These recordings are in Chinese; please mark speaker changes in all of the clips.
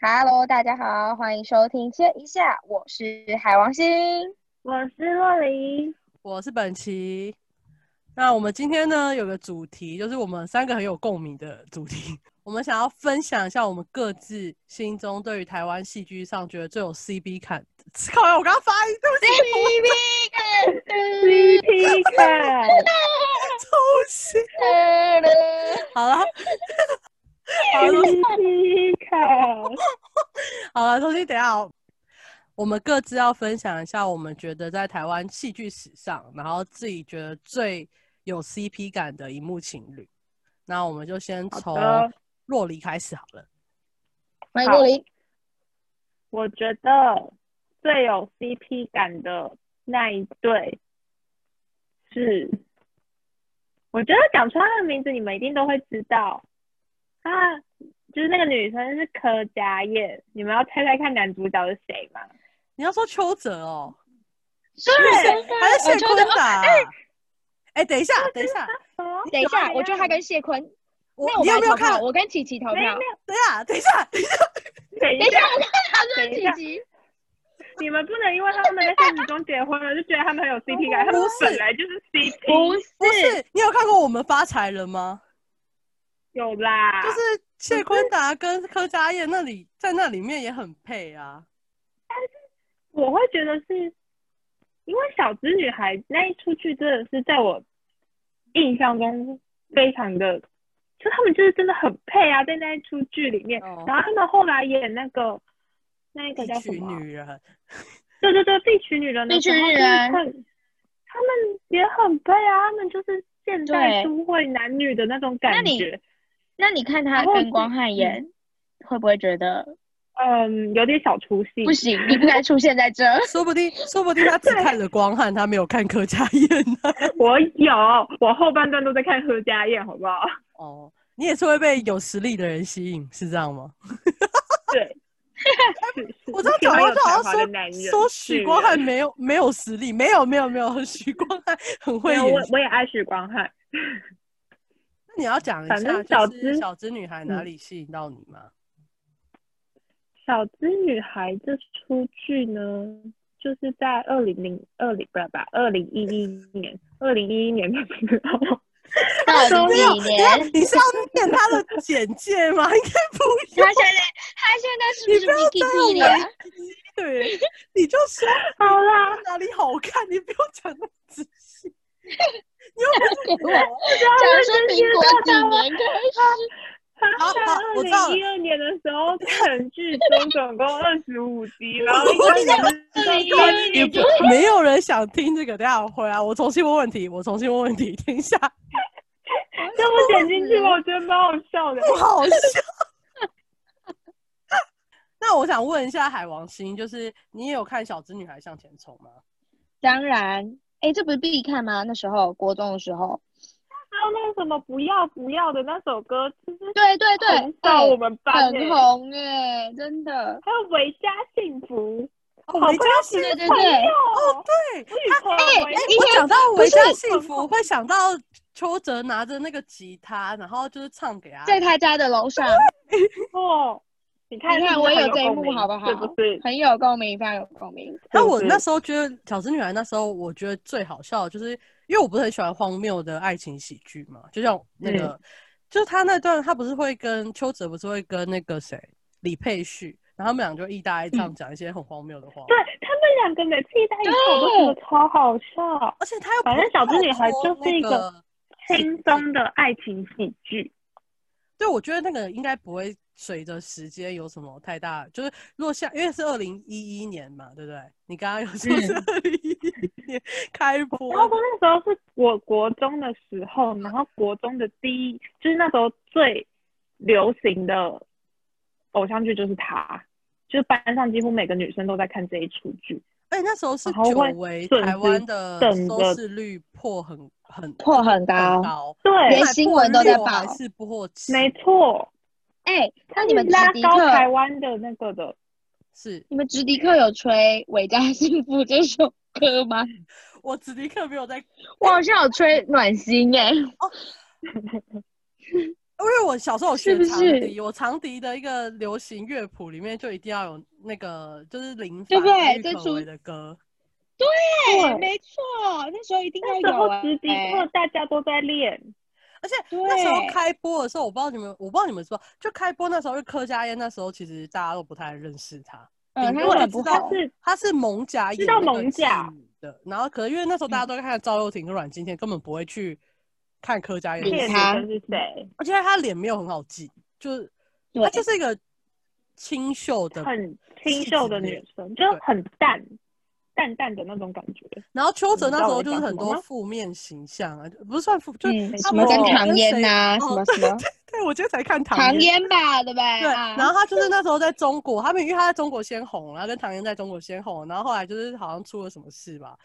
Speaker 1: Hello，大家好，欢迎收听切一下，我是海王星。
Speaker 2: 我是洛琳，
Speaker 3: 我是本琪。那我们今天呢有个主题，就是我们三个很有共鸣的主题。 我们想要分享一下我们各自心中对于台湾戏剧上觉得最有 CB 感。 靠呀，我刚刚发音对不起，
Speaker 1: CP
Speaker 2: CP 感，
Speaker 3: 东西。好了，好了，
Speaker 2: CP 感，
Speaker 3: 好了，重新等一下哦，我们各自要分享一下我们觉得在台湾戏剧史上，然后自己觉得最有 CP 感的一幕情侣。那我们就先从
Speaker 2: 的
Speaker 3: 洛璃开始好了。
Speaker 1: 欢迎洛琳。
Speaker 2: 我觉得最有 CP 感的那一对是，我觉得讲出他的名字你们一定都会知道，啊，就是那个女生是柯佳燕，你们要猜猜看男主角是谁吗？
Speaker 3: 你要说邱泽哦，
Speaker 1: 对
Speaker 3: 还是谢坤达、
Speaker 2: 哦
Speaker 3: 啊？哎、等一下，等一下，
Speaker 1: 等一下，我觉得他跟谢坤，
Speaker 3: 我
Speaker 1: 那我
Speaker 3: 你
Speaker 1: 们来
Speaker 3: 有没有
Speaker 1: 投
Speaker 3: 看
Speaker 1: 票，？我跟琪琪投
Speaker 2: 没有
Speaker 1: 票
Speaker 2: 没。
Speaker 3: 等一下，等一下，等一下，
Speaker 2: 有，等一
Speaker 1: 等一下
Speaker 2: 下，，
Speaker 1: 我看他是
Speaker 2: 等一下
Speaker 1: 琪琪。
Speaker 2: 你们不能因为他们在现实中结婚了就觉得他们很有 CP 感，他们
Speaker 3: 不是
Speaker 2: 本来就是 CP，
Speaker 1: 不是，
Speaker 3: 不是你有看过我们发财人吗？
Speaker 2: 有啦，
Speaker 3: 就是谢坤达跟柯佳燕那里，在那里面也很配啊。
Speaker 2: 我会觉得是，因为小资女孩那一出剧真的是在我印象中非常的，就他们就是真的很配啊，在那一出剧里面。
Speaker 3: 哦
Speaker 2: 然后他们后来演那个那一个
Speaker 3: 一
Speaker 2: 叫什
Speaker 3: 群
Speaker 2: 么啊？
Speaker 3: 女人，
Speaker 2: 对对对，必娶女人的
Speaker 1: 必
Speaker 2: 时
Speaker 1: 娶
Speaker 2: 候
Speaker 1: 女
Speaker 2: 就是
Speaker 1: 人
Speaker 2: 很他们也很配啊，他们就是现代
Speaker 1: 对
Speaker 2: 都会男女的那种
Speaker 1: 那
Speaker 2: 感
Speaker 1: 你
Speaker 2: 觉，
Speaker 1: 那你看他
Speaker 2: 然后
Speaker 1: 跟
Speaker 2: 是
Speaker 1: 光汉演，会不会觉得
Speaker 2: 嗯，有点小出戏
Speaker 1: 不。行？你不该出现在这。
Speaker 3: 说不定，说不定他只看了光汉，他没有看柯佳燕 呢、
Speaker 2: 我有，我后半段都在看何家燕，好不好？
Speaker 3: 哦，你也是会被有实力的人吸引，是这样吗？
Speaker 2: 对，是是
Speaker 3: 我这样
Speaker 2: 喜
Speaker 3: 讲
Speaker 2: 欢
Speaker 3: 话
Speaker 2: 有
Speaker 3: 就好
Speaker 2: 才
Speaker 3: 像
Speaker 2: 华的
Speaker 3: 说
Speaker 2: 男人啊
Speaker 3: 说
Speaker 2: 女
Speaker 3: 许光
Speaker 2: 人
Speaker 3: 汉没有没有实力，没有没有没有，许光汉很会
Speaker 2: 没有，我
Speaker 3: 演。
Speaker 2: 我也爱许光汉。
Speaker 3: 那你要讲一
Speaker 2: 反
Speaker 3: 下，
Speaker 2: 正
Speaker 3: 就
Speaker 2: 小
Speaker 3: 是
Speaker 2: 资嗯
Speaker 3: 小资女孩哪里吸引到你吗？
Speaker 2: 小资女孩这出剧呢，就是在二零零二零不是吧，二零一一年，二零一一年的时候，
Speaker 1: 到底
Speaker 3: 没有
Speaker 1: 几年？
Speaker 3: 你是要念他的简介吗？ 应该不
Speaker 1: 他现
Speaker 3: 用。
Speaker 1: 在他现在是不是
Speaker 3: 你不要
Speaker 1: Wikipedia？
Speaker 3: 对，你就说
Speaker 2: 好啦，
Speaker 3: 哪里好看，你不用讲那么仔细。你又不是我。
Speaker 1: 讲说民国几年开始？
Speaker 3: 好
Speaker 2: 他在
Speaker 3: 好我
Speaker 2: 二
Speaker 3: 知道了
Speaker 2: 零一二年的时 候，全剧中总共二十五集，然后一
Speaker 3: 讲
Speaker 2: 二
Speaker 1: 一二
Speaker 2: 年
Speaker 1: 年
Speaker 2: 就
Speaker 1: 就
Speaker 3: 没有人想听这个，等一下回来我重新问问题，我重新问问题，等一下
Speaker 2: 这么剪进 去吧，我觉得蛮好笑的。
Speaker 3: 不好笑。 那我想问一下海王星，就是你也有看《小资女孩向前冲》吗？
Speaker 1: 当然，哎，这不是必看吗？那时候国中的时候，
Speaker 2: 还有那个什么不要不要的那首歌，就是
Speaker 1: 对对对，
Speaker 2: 红到
Speaker 3: 哦
Speaker 1: 哎
Speaker 2: 我们班、欸，
Speaker 1: 很红哎、真的。
Speaker 2: 还有维嘉幸福，
Speaker 3: 哦
Speaker 2: 好
Speaker 3: 维嘉幸
Speaker 1: 对对
Speaker 2: 朋友
Speaker 1: 对，
Speaker 2: 哦，
Speaker 3: 对，
Speaker 2: 我与朋友
Speaker 1: 哎
Speaker 2: 为
Speaker 1: 以前
Speaker 3: 我讲到维嘉幸
Speaker 2: 不
Speaker 3: 福，
Speaker 2: 是哦
Speaker 3: 会想到邱泽拿着那个吉他，然后就是唱给他。
Speaker 1: 在他家的楼上，
Speaker 2: 哦，你看，
Speaker 1: 你看
Speaker 2: 是不
Speaker 1: 我
Speaker 2: 是
Speaker 1: 也有
Speaker 2: 很
Speaker 1: 这一
Speaker 2: 共
Speaker 1: 幕
Speaker 2: 鸣
Speaker 1: 好不好
Speaker 2: 是不是？
Speaker 1: 很有共鸣，非常有共鸣。
Speaker 3: 那我
Speaker 2: 对
Speaker 3: 那时候觉得《小资女孩》那时候我觉得最好笑，的就是因为我不是很喜欢荒谬的爱情喜剧嘛，就像那个，就是他那段他不是会跟邱泽不是会跟那个谁李佩旭，然后他们俩就一搭一唱讲一些很荒谬的话，
Speaker 2: 嗯对他们两个每次一在一起，我都觉得超好笑，
Speaker 3: 而且他又
Speaker 2: 反正小资女孩
Speaker 3: 不
Speaker 2: 就是一
Speaker 3: 那
Speaker 2: 个
Speaker 3: 个，
Speaker 2: 轻松的爱情喜剧。
Speaker 3: 对我觉得那个应该不会随着时间有什么太大，就是如果像因为是二零一一年嘛，对不对？你刚刚有说是二零一一年 开播
Speaker 2: 然后那时候是我国中的时候，然后国中的第一就是那时候最流行的偶像剧就是它，就是班上几乎每个女生都在看这一出剧。
Speaker 3: 哎、那时候是
Speaker 2: 然后
Speaker 3: 久
Speaker 2: 会
Speaker 3: 违
Speaker 2: 顺
Speaker 3: 台
Speaker 2: 之
Speaker 3: 湾的
Speaker 2: 整
Speaker 3: 收
Speaker 2: 个
Speaker 3: 视率破很很
Speaker 1: 破很高
Speaker 3: 高，
Speaker 2: 对
Speaker 1: 连，新闻都在
Speaker 3: 破还
Speaker 1: 报
Speaker 3: 是破七，
Speaker 2: 没错，
Speaker 1: 哎、那你们直
Speaker 2: 拉
Speaker 1: 迪
Speaker 2: 高台
Speaker 1: 克，
Speaker 2: 湾的那个的，
Speaker 3: 是
Speaker 1: 你们直迪克有吹《伟大幸福》这首歌吗？
Speaker 3: 我指定课没有在，
Speaker 1: 我好像有吹《暖心》哎，
Speaker 3: 哎因为我小时候有学
Speaker 1: 是不
Speaker 3: 长笛，
Speaker 1: 是
Speaker 3: 我长笛的一个流行乐谱里面就一定要有那个就是林
Speaker 1: 对不对
Speaker 3: 凡郁
Speaker 1: 最
Speaker 3: 可
Speaker 1: 初
Speaker 3: 唯的歌，
Speaker 1: 对，没错，那时候一定要
Speaker 2: 那
Speaker 1: 有
Speaker 2: 时候
Speaker 1: 哎、
Speaker 2: 十级课大家都在练，
Speaker 3: 而且
Speaker 1: 对
Speaker 3: 那时候开播的时候，我不知道你们，我不知道你们知不知道，就开播那时候，因为柯佳嬿那时候其实大家都不太认识她，
Speaker 1: 嗯，
Speaker 3: 顶
Speaker 1: 他
Speaker 3: 多
Speaker 1: 很
Speaker 3: 就
Speaker 1: 不
Speaker 3: 知道
Speaker 1: 好，
Speaker 2: 是
Speaker 3: 她是蒙甲演
Speaker 2: 知道
Speaker 3: 那个
Speaker 2: 蒙甲
Speaker 3: 妓女的，然后可能因为那时候大家都在看赵又廷跟阮经天，根本不会去看柯佳嬿
Speaker 1: 理
Speaker 3: 的
Speaker 2: 练
Speaker 3: 戏，
Speaker 1: 他
Speaker 2: 的是谁，
Speaker 3: 而且她脸没有很好记，就是
Speaker 1: 对
Speaker 3: 她就是一个清秀的
Speaker 2: 很清秀的女生，就是很淡淡淡的那种感觉。
Speaker 3: 然后邱泽那时候就是很
Speaker 2: 你知道我在讲什么
Speaker 3: 多
Speaker 2: 吗
Speaker 3: 负面形象啊，不是算负，就是
Speaker 1: 嗯，
Speaker 3: 他
Speaker 1: 什么
Speaker 3: 们
Speaker 1: 跟
Speaker 3: 跟
Speaker 1: 唐嫣
Speaker 3: 谁
Speaker 1: 呐、什
Speaker 3: 哦
Speaker 1: 么什么
Speaker 3: 对，我今天才看唐
Speaker 1: 唐
Speaker 3: 嫣。
Speaker 1: 嫣吧，对不对？
Speaker 3: 对，
Speaker 1: 啊
Speaker 3: 然后他就是那时候在中国，他们因为他在中国先红，然后跟唐嫣在中国先红，然后后来就是好像出了什么事吧，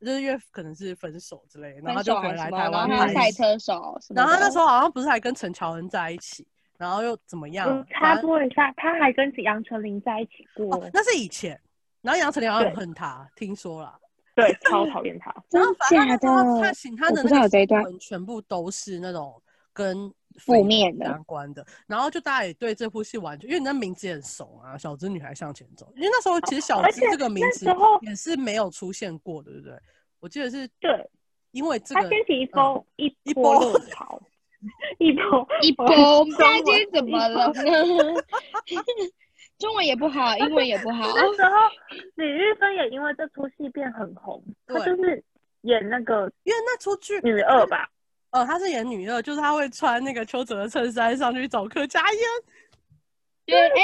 Speaker 3: 就是因为可能是分手之类，然后他
Speaker 1: 分
Speaker 3: 就
Speaker 1: 手
Speaker 3: 回
Speaker 1: 还是
Speaker 3: 来
Speaker 1: 什么
Speaker 3: 台湾
Speaker 1: 然后还有
Speaker 3: 拍
Speaker 1: 赛
Speaker 3: 戏
Speaker 1: 车手什么的，
Speaker 3: 然后他那时候好像不是还跟陈乔恩在一起，然后又怎么
Speaker 1: 嗯
Speaker 3: 样
Speaker 2: 我？
Speaker 3: 反
Speaker 2: 插
Speaker 3: 正
Speaker 2: 播一下，她还跟杨丞琳在一起过，
Speaker 3: 哦，那是以前。然后杨丞琳好像很
Speaker 2: 对
Speaker 3: 恨他，听说啦。
Speaker 2: 对，超讨厌她。
Speaker 1: 真
Speaker 3: 然后反正
Speaker 1: 假
Speaker 3: 他
Speaker 1: 的，
Speaker 3: 他请他
Speaker 1: 我
Speaker 3: 的
Speaker 1: 不知道
Speaker 3: 那
Speaker 1: 有这一
Speaker 3: 个新
Speaker 1: 段
Speaker 3: 闻全部都是那种跟
Speaker 1: 负
Speaker 3: 绯闻
Speaker 1: 面的
Speaker 3: 相关的，然后就大家也对这部戏完全，因为你那名字也很熟啊，小资女孩向前走，因为那时候其实
Speaker 1: 哦
Speaker 3: 小
Speaker 2: 而
Speaker 3: 资
Speaker 2: 且
Speaker 3: 这个名
Speaker 2: 那
Speaker 3: 字
Speaker 2: 时候
Speaker 3: 也是没有出现过的，对不对？我记得是
Speaker 2: 对，
Speaker 3: 因为这
Speaker 2: 她
Speaker 3: 个
Speaker 2: 掀起一波一
Speaker 3: 嗯一
Speaker 2: 波
Speaker 3: 波哦
Speaker 2: 热潮，一波
Speaker 1: 一波，我们大家今天怎么了呢？ 中文也不好，英文也不好，哎
Speaker 2: 那时候李玉芬也因为这出戏变很红，她
Speaker 3: 对
Speaker 2: 就是演那个
Speaker 3: 因为那出
Speaker 1: 嗯
Speaker 3: 剧
Speaker 2: 女二吧，
Speaker 3: 呃，她是演女二，就是她会穿那个邱泽的衬衫上去找柯佳嬿啊
Speaker 1: 对，哎，对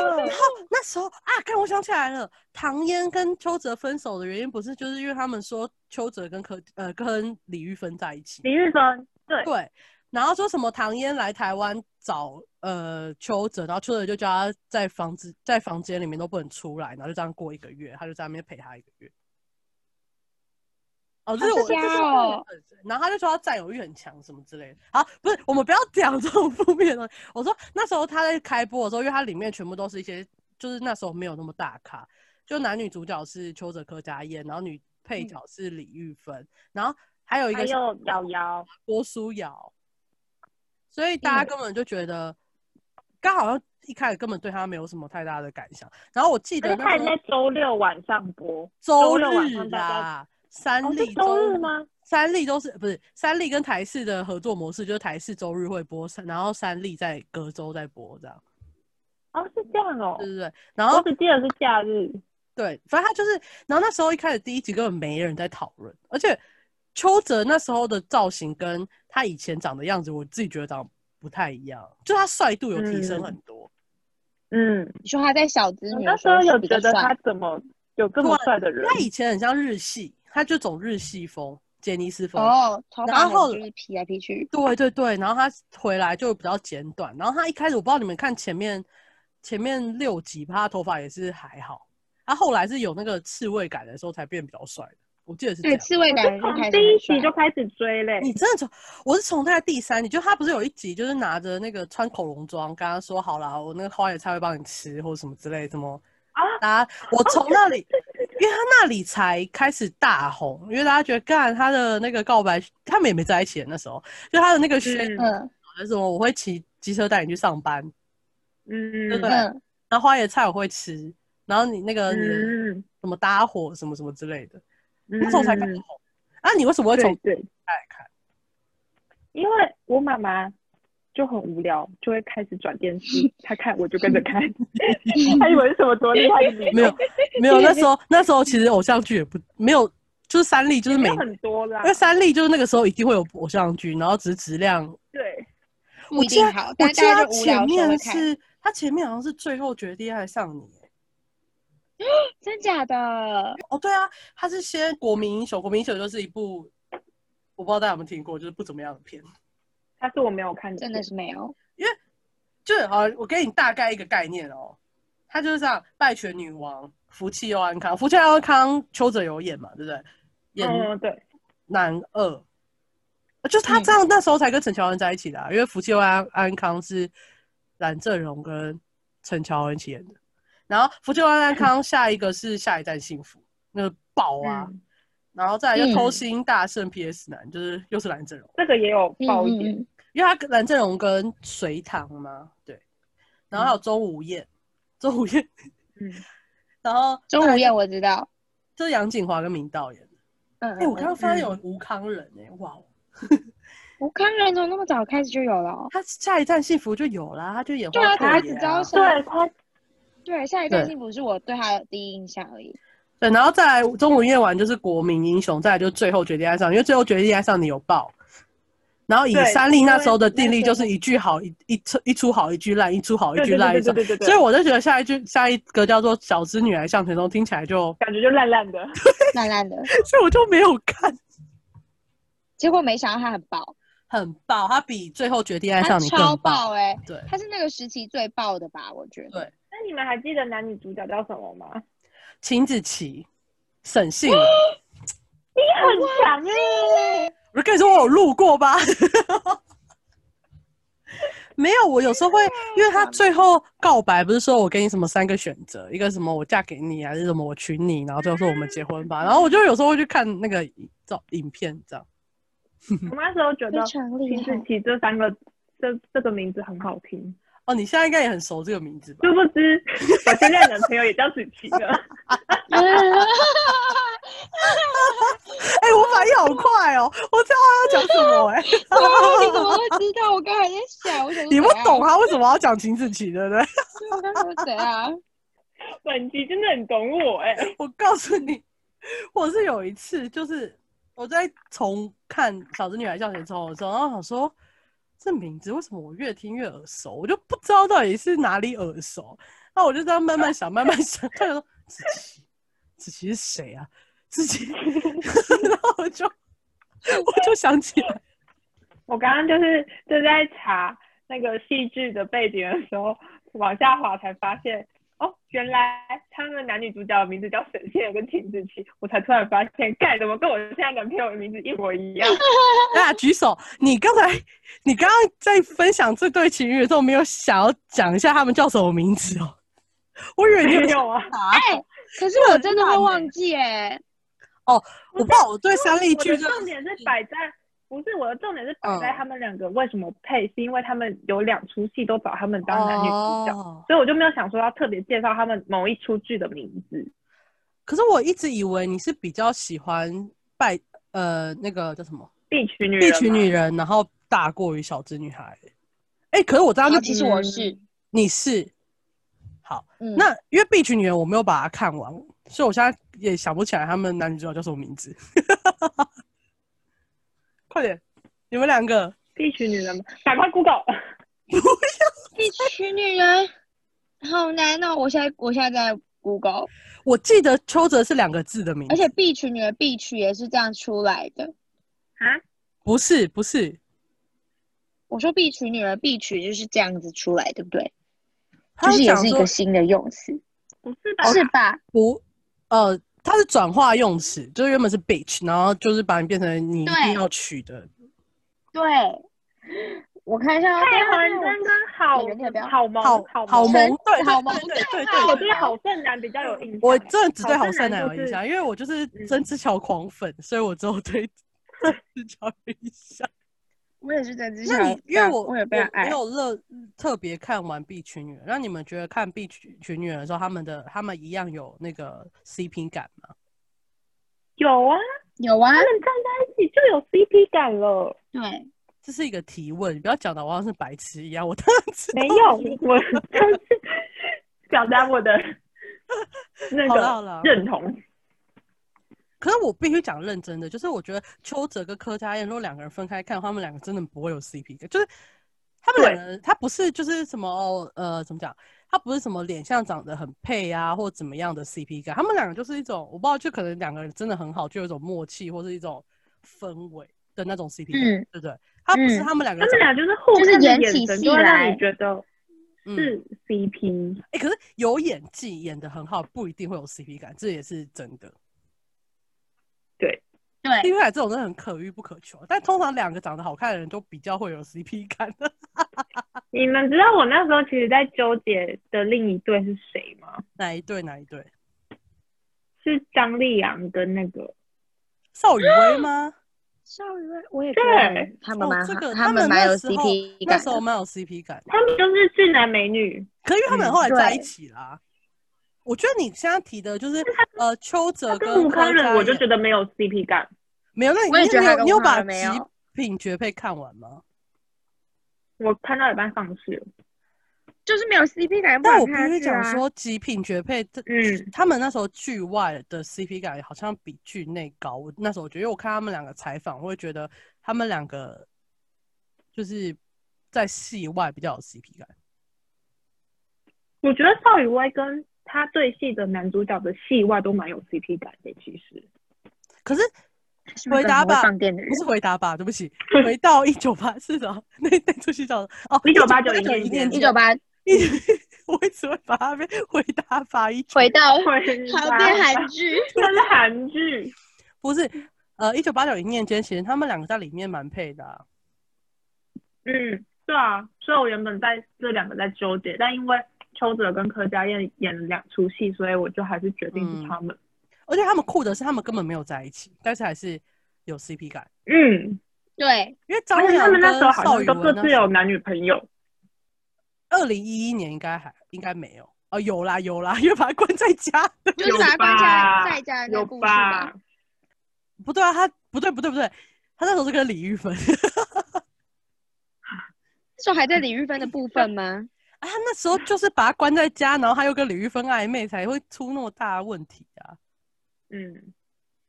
Speaker 1: 对对，
Speaker 2: 对，
Speaker 3: 那时候啊，看我想起来了，唐嫣跟邱泽分手的原因不是就是因为他们说邱泽跟柯呃跟李玉芬在一起，
Speaker 2: 李玉芬对
Speaker 3: 对，然后说什么唐嫣来台湾找呃邱泽，然后邱泽就叫他在房子在房间里面都不能出来，然后就这样过一个月，他就在那边陪他一个月。哦，这是
Speaker 1: 好
Speaker 3: 我这
Speaker 1: 瞎
Speaker 3: 是
Speaker 1: 哦
Speaker 3: 我的然后他就说他占有欲很强什么之类的。好，不是我们不要讲这种负面的东西。我说那时候他在开播的时候，因为它里面全部都是一些，就是那时候没有那么大咖，就男女主角是邱泽柯佳嬿，然后女配角是李玉芬，然后还有一
Speaker 2: 还
Speaker 3: 个是
Speaker 2: 有瑶瑶，
Speaker 3: 郭书瑶，所以大
Speaker 2: 嗯
Speaker 3: 家根本就觉得，刚好像一开始根本对他没有什么太大的感想。然后我记
Speaker 2: 而
Speaker 3: 得
Speaker 2: 且她
Speaker 3: 那
Speaker 2: 也
Speaker 3: 时
Speaker 2: 在
Speaker 3: 候
Speaker 2: 周六晚上播，周
Speaker 3: 周
Speaker 2: 六晚上
Speaker 3: 日
Speaker 2: 大家
Speaker 3: 啦，三
Speaker 2: 哦，是
Speaker 3: 立
Speaker 2: 周日？吗？
Speaker 3: 三立都是不是三立跟台视的合作模式，就是台视周日会播，三然后三立在隔周再播这样，
Speaker 2: 哦，是这样哦，
Speaker 3: 对对对。然
Speaker 2: 我
Speaker 3: 后
Speaker 2: 只记得是假日。
Speaker 3: 对，反正他就是，然后那时候一开始第一集根本没人在讨论，而且邱泽那时候的造型跟他以前长的样子，我自己觉得长不太一样，就他帅度有提升很多。
Speaker 2: 嗯，
Speaker 1: 你说他在小资
Speaker 2: 我
Speaker 1: 女
Speaker 2: 那时
Speaker 1: 候
Speaker 2: 候
Speaker 1: 是
Speaker 2: 有
Speaker 1: 比
Speaker 2: 觉
Speaker 1: 较
Speaker 2: 得
Speaker 1: 帅
Speaker 2: 他怎么有这么帅的人？
Speaker 3: 他啊以前很像日系，他就走日系风，杰尼斯风。
Speaker 1: 哦，头
Speaker 3: 然
Speaker 1: 发很
Speaker 3: 后
Speaker 1: 就是劈来劈去，
Speaker 3: 对对对，然后他回来就比较简短，然后他一开始我不知道你们看前面前面六集吧，他头发也是还好，他后来是有那个刺猬感的时候才变比较帅的，我记得是这
Speaker 1: 对，
Speaker 3: 样。
Speaker 1: 刺猬
Speaker 2: 我
Speaker 1: 感
Speaker 2: 是
Speaker 1: 就开
Speaker 2: 从
Speaker 1: 始
Speaker 2: 第一
Speaker 1: 很
Speaker 2: 集
Speaker 1: 帅
Speaker 2: 就开始追嘞，
Speaker 3: 你真的从我是从他的第三集，就他不是有一集就是拿着那个穿口红妆，跟他说好啦，我那个花野菜会帮你吃或者什么之类，什么
Speaker 2: 啊
Speaker 3: 大家我从那里，因为他那里才开始大红，因为大家觉得干他的那个告白，他们也没在一起那时候，就他的那个宣传
Speaker 2: 嗯
Speaker 1: 嗯
Speaker 3: 什么，我会骑机车带你去上班，
Speaker 2: 嗯，
Speaker 3: 对不对
Speaker 1: 嗯，
Speaker 3: 然后花野菜我会吃，然后你那个你的
Speaker 2: 嗯，
Speaker 3: 什么搭伙什么什么之类的，那
Speaker 2: 那
Speaker 3: 时候才开始红。啊，你为什么会从
Speaker 2: 对对，
Speaker 3: 来看？
Speaker 2: 因为我妈妈就很无聊，就会开始转电视，她看我就跟着 看，她以为是什么多厉害的理由
Speaker 3: 没有，没有，那时候那时候其实偶像剧也不没有，就是三立就是每
Speaker 2: 没有很多啦
Speaker 3: 因为，三立就是那个时候一定会有偶像剧，然后只是质量。
Speaker 2: 对，
Speaker 1: 不
Speaker 3: 我
Speaker 1: 一
Speaker 3: 记
Speaker 1: 定
Speaker 3: 得
Speaker 1: 好，
Speaker 3: 我
Speaker 1: 但
Speaker 3: 记
Speaker 1: 大
Speaker 3: 得
Speaker 1: 家
Speaker 3: 他
Speaker 1: 就无聊的时候
Speaker 3: 前
Speaker 1: 会
Speaker 3: 面
Speaker 1: 看，
Speaker 3: 是他前面好像是最后决定爱上你。欸
Speaker 1: 真假的？
Speaker 3: 哦，对啊，他是先国民英雄，国民英雄就是一部我不知道大家有没有听过，就是不怎么样的片。
Speaker 2: 她是我没有看
Speaker 1: 真的是没有，
Speaker 3: 就是好，我给你大概一个概念哦，他就是这样，拜权女王福气又安康，福气又安康，邱泽有演嘛，对不对？演
Speaker 2: 嗯，对，
Speaker 3: 男二，呃就是
Speaker 1: 嗯
Speaker 3: 他这样那时候才跟陈乔恩在一起的啊、因为福气又安安康是蓝正龙跟陈乔恩一起演的，然后福气又安安康下一个是下一站幸福，那个宝啊，
Speaker 2: 嗯
Speaker 3: 然后再来就偷
Speaker 1: 嗯
Speaker 3: 心大圣 PS 男，就是又是蓝正龙，
Speaker 2: 这个也有
Speaker 1: 嗯
Speaker 2: 爆
Speaker 1: 嗯
Speaker 2: 点，
Speaker 1: 嗯
Speaker 3: 因为他蓝正龙跟隋唐嘛，对，然后
Speaker 1: 嗯
Speaker 3: 还有周无艳，周无艳，
Speaker 2: 嗯，
Speaker 3: 然后
Speaker 1: 钟
Speaker 3: 再
Speaker 1: 无
Speaker 3: 来
Speaker 1: 艳我知道，
Speaker 3: 就是杨景华跟明道演的。
Speaker 1: 嗯，
Speaker 3: 哎、我刚刚发现
Speaker 2: 嗯
Speaker 3: 有吴康仁哎、哇哦，
Speaker 1: 我看人从那么早开始就有了哦，
Speaker 3: 他下一站幸福就有啦，他就演
Speaker 1: 对啊
Speaker 3: 花魁
Speaker 1: 他只
Speaker 3: 爷啊
Speaker 1: 知道是
Speaker 2: 对他
Speaker 1: 对，下一站
Speaker 3: 对
Speaker 1: 幸福是我对他的第一印象而已，
Speaker 3: 对，然后再来中午夜晚就是国民英雄，再来就最后决定爱上你，因为最后决定爱上你有爆。然后以
Speaker 2: 对
Speaker 3: 三立那时候的定力
Speaker 2: 因为那
Speaker 3: 就
Speaker 2: 时候
Speaker 3: 是一句好一一出一出好一句烂，一出好一
Speaker 2: 对
Speaker 3: 句
Speaker 2: 对
Speaker 3: 烂，一
Speaker 2: 对
Speaker 3: 出
Speaker 2: 对。对对对，
Speaker 3: 所以我就觉得下一句下一个叫做《小资女孩向前冲》听起 来就，
Speaker 2: 感觉就烂烂的，
Speaker 1: 烂烂的，
Speaker 3: 所以我就没有看，
Speaker 1: 结果没想到他很爆，
Speaker 3: 很爆，它比最后决定爱
Speaker 1: 他
Speaker 3: 上你
Speaker 1: 超
Speaker 3: 更
Speaker 1: 爆哎、
Speaker 3: 对，
Speaker 1: 他是那个时期最爆的吧？我觉得
Speaker 3: 对
Speaker 2: 那你们还记得男女主角叫什么吗？
Speaker 3: 秦子琪、沈信啊，
Speaker 2: 你很强哎！
Speaker 3: 我就跟你说我有路过吧。没有，我有时候会，因为他最后告白不是说我给你什么三个选择，一个什么我嫁给你，还是什么我娶你，然后最后说我们结婚吧。然后我就有时候会去看那个照影片，这样
Speaker 2: 我那时候觉
Speaker 1: 非
Speaker 2: 得
Speaker 1: 常厉
Speaker 2: 秦
Speaker 1: 害
Speaker 2: 志。琪这三个这这个名字很好听，
Speaker 3: 哦，你现在应该也很熟这个名字 吧？
Speaker 2: 殊不知我现在的男朋友也叫子琪 了。
Speaker 1: 啊
Speaker 3: 哎、我反应好快哦，我知道他要讲什么哎、
Speaker 1: 哇你怎么会知道？我刚才在想，我想说
Speaker 3: 你不
Speaker 1: 怎样
Speaker 3: 懂，啊他为什么要讲秦子琪，对不对？
Speaker 1: 我刚才说谁啊？
Speaker 2: 本集真的很懂我哎、
Speaker 3: 我告诉你，我是有一次，就是我在重看《小资女孩向前冲》的时候，然后想说这名字为什么我越听越耳熟，我就不知道到底是哪里耳熟。那我就这样慢慢想，慢慢想，突然说子琪，子琪是谁啊？子琪，然后我就我就想起来，
Speaker 2: 我刚刚就是就在查那个戏剧的背景的时候，往下滑才发现，哦，原来他们男女主角的名字叫沈现跟秦志琪，我才突然发现，干怎么跟我现在男朋友的名字一模一样？
Speaker 3: 大家举手。你刚才你刚刚在分享这对情侣的时候，没有想要讲一下他们叫什么名字哦？我以为你
Speaker 2: 没
Speaker 3: 有想
Speaker 2: 有啊，
Speaker 3: 答
Speaker 1: 哎、可是我真的会
Speaker 3: 欸
Speaker 1: 忘记哎、
Speaker 3: 我不知道，我对 三立
Speaker 2: 我
Speaker 3: 剧
Speaker 2: 的
Speaker 3: 就
Speaker 2: 重点是摆在。不是我的重点是摆在
Speaker 3: 嗯
Speaker 2: 他们两个为什么配，是因为他们有两出戏都找他们当男女主角，
Speaker 3: 哦。
Speaker 2: 所以我就没有想说要特别介绍他们某一出剧的名字。
Speaker 3: 可是我一直以为你是比较喜欢拜呃那个叫什么
Speaker 2: 地区女人
Speaker 3: 地
Speaker 2: 嘛，
Speaker 3: 区女人，然后大过于小资女孩。哎、可是我这样
Speaker 1: 然后哦啊
Speaker 3: 就
Speaker 1: 其实我是，
Speaker 3: 你是好，
Speaker 1: 嗯，
Speaker 3: 那因为《碧曲女人》我没有把它看完，所以我现在也想不起来他们男女主角叫什么名字。 快点，你们两个
Speaker 2: 地区女人嘛，赶快 Google。
Speaker 1: 地区女人好难哦！我现在我现在在 Google，
Speaker 3: 我记得邱泽是两个字的名字，
Speaker 1: 而且 B 区女人 B 区也是这样出来的。
Speaker 3: 不是不是，
Speaker 1: 我说 B 区女人 B 区就是这样子出来，对不对？
Speaker 3: 他
Speaker 1: 就是也
Speaker 3: 讲
Speaker 1: 是一
Speaker 3: 说
Speaker 1: 个新的用词，
Speaker 2: 不是吧？
Speaker 1: 是吧？
Speaker 3: 不，呃，它是转化用词，就是原本是 bitch，然后就是把你变成你一定
Speaker 1: 对
Speaker 3: 要娶的。
Speaker 1: 对，我看一
Speaker 3: 哎
Speaker 1: 下哦，
Speaker 2: 蔡
Speaker 1: 对
Speaker 2: 环真跟好
Speaker 1: 演员代表
Speaker 2: 好萌
Speaker 3: 好
Speaker 2: 好
Speaker 3: 好
Speaker 2: 萌，
Speaker 3: 萌，对
Speaker 1: 好啊萌
Speaker 3: 对对对
Speaker 1: 对
Speaker 2: 我
Speaker 3: 对对。
Speaker 2: 对好正男比较有印象。
Speaker 3: 我真的只对
Speaker 2: 好
Speaker 3: 好
Speaker 2: 善
Speaker 3: 善
Speaker 2: 男
Speaker 3: 男有
Speaker 2: 就
Speaker 3: 印
Speaker 2: 是
Speaker 3: 象，啊因为我就是
Speaker 2: 嗯
Speaker 3: 针织桥狂粉，所以我只 有对针织桥有印象。
Speaker 1: 我也是在之
Speaker 3: 那
Speaker 1: 前
Speaker 3: 你，因为我
Speaker 1: 我也被他
Speaker 3: 没
Speaker 1: 爱，
Speaker 3: 有乐特别看完《B 群女人》，那你们觉得看《B 群群女人》的时候，他们的他们一样有那个 CP 感吗？
Speaker 2: 有啊，
Speaker 1: 有啊
Speaker 2: 他，们站在一起就有 CP 感 了。
Speaker 1: 对，
Speaker 3: 这是一个提问，你不要讲的我好像是白痴一样。我当然知道
Speaker 2: 没有，我就是 表达我的那
Speaker 3: 好了好
Speaker 2: 个
Speaker 3: 了，
Speaker 2: 认同。
Speaker 3: 可是我必须讲认真的，就是我觉得邱泽跟柯佳燕如果两个人分开看，他们两个真的不会有 CP 感，就是他们两个人，他不是就是什么哦呃怎么讲，他不是什么脸相长得很配啊，或怎么样的 CP 感，他们两个就是一种我不知道，就可能两个人真的很好，就有一种默契或是一种氛围的那种 CP 感，
Speaker 1: 嗯
Speaker 3: 对不对？他不是
Speaker 1: 嗯
Speaker 3: 他们两个
Speaker 2: 他们
Speaker 3: 人长得，
Speaker 2: 俩就是互
Speaker 1: 就是
Speaker 2: 看的
Speaker 1: 演
Speaker 2: 眼
Speaker 1: 起
Speaker 2: 神，
Speaker 1: 戏
Speaker 2: 就会让
Speaker 1: 来
Speaker 2: 你觉得
Speaker 3: 嗯，
Speaker 2: 是 CP。
Speaker 3: 哎、可是有演技演的很好，不一定会有 CP 感，这也是真的。
Speaker 1: 对，
Speaker 3: CP 感这种真的很可遇不可求，啊但通常两个长得好看的人都比较会有 CP 感的。
Speaker 2: 你们知道我那时候其实在纠结的另一对是谁吗？
Speaker 3: 哪一对？哪一对？
Speaker 2: 是张丽阳跟那个
Speaker 3: 邵雨薇吗？
Speaker 1: 邵雨薇，我也觉
Speaker 2: 对
Speaker 1: 得他们
Speaker 3: 哦
Speaker 1: 蛮
Speaker 3: 这
Speaker 1: 好
Speaker 3: 个
Speaker 1: 他
Speaker 3: 们
Speaker 1: 蛮
Speaker 3: 那
Speaker 1: 有
Speaker 3: 时候
Speaker 1: CP
Speaker 3: 那
Speaker 1: 感
Speaker 3: 时候
Speaker 1: 的。
Speaker 3: 蛮有 CP 感的。
Speaker 2: 他们就是俊男美女，
Speaker 3: 可是因为他们
Speaker 1: 嗯
Speaker 3: 后来在一
Speaker 1: 对
Speaker 3: 起啦。我觉得你现在提的就是呃，邱泽
Speaker 2: 他跟吴
Speaker 3: 康
Speaker 2: 康仁，我就觉
Speaker 3: 得
Speaker 2: 得没有 CP 感。
Speaker 3: 没有。那
Speaker 1: 我也
Speaker 3: 你
Speaker 1: 觉得他
Speaker 3: 你
Speaker 1: 跟
Speaker 3: 有你有
Speaker 1: 吴康
Speaker 3: 把
Speaker 1: 仁
Speaker 3: 《
Speaker 1: 没
Speaker 3: 极
Speaker 1: 有
Speaker 3: 品绝配》看完吗？
Speaker 2: 我看到一半放弃了。
Speaker 1: 就是没有 CP 感，
Speaker 3: 但
Speaker 1: 不好
Speaker 3: 我必
Speaker 1: 看
Speaker 3: 须讲
Speaker 1: 下去啊，
Speaker 3: 说，《极品绝配》这
Speaker 2: 嗯，
Speaker 3: 他们那时候剧外的 CP 感好像比剧内高。我那时候我觉得，因为我看他们两个采访，我会觉得他们两个就是在戏外比较有 CP 感。
Speaker 2: 我觉得邵雨薇跟他对戏的男主角的戏外都蛮有 CP 感的，其实。
Speaker 3: 可是
Speaker 1: 是不是
Speaker 3: 回答
Speaker 1: 很会
Speaker 3: 吧
Speaker 1: 放电的人
Speaker 3: 不是回答吧？对不起，回到一九八四的那那出戏叫什么哦，
Speaker 2: 1989
Speaker 3: 九
Speaker 2: 一
Speaker 3: 年
Speaker 2: 念
Speaker 1: 一九 八
Speaker 3: 一九，我一直会把它变回答法医
Speaker 1: 回到旁
Speaker 2: 旁
Speaker 1: 边呃韩，剧，
Speaker 2: 那是韩剧。
Speaker 3: 不是呃一九八九一念间，其实他们两个在里面蛮配的、啊。
Speaker 2: 嗯，对啊，所以我原本在这两个在纠结，但因为邱泽跟柯佳燕演了两出戏，所以我就还是决定是他们。
Speaker 3: 而且他们酷的是，他们根本没有在一起，但是还是有 CP 感。
Speaker 2: 嗯，
Speaker 1: 对，
Speaker 3: 因为张
Speaker 2: 而
Speaker 3: 宇
Speaker 2: 且他们那时候好
Speaker 3: 邵
Speaker 2: 像
Speaker 3: 雨
Speaker 2: 都各
Speaker 3: 文
Speaker 2: 自有男女朋友。
Speaker 3: 二零一一年应该还应该没有哦，有啦有啦，因为把他关在家。
Speaker 1: 就是把他关家在家的那
Speaker 2: 有
Speaker 1: 个故事
Speaker 2: 吧
Speaker 1: 吧。？
Speaker 3: 不对啊，他不对不对不对，他那时候是跟李玉芬。 啊
Speaker 1: 那时候还在李玉芬的部分 吗？
Speaker 3: 啊，那时候就是把他关在家，然后他又跟李玉芬暧昧，才会出那么大的问题啊！
Speaker 2: 嗯，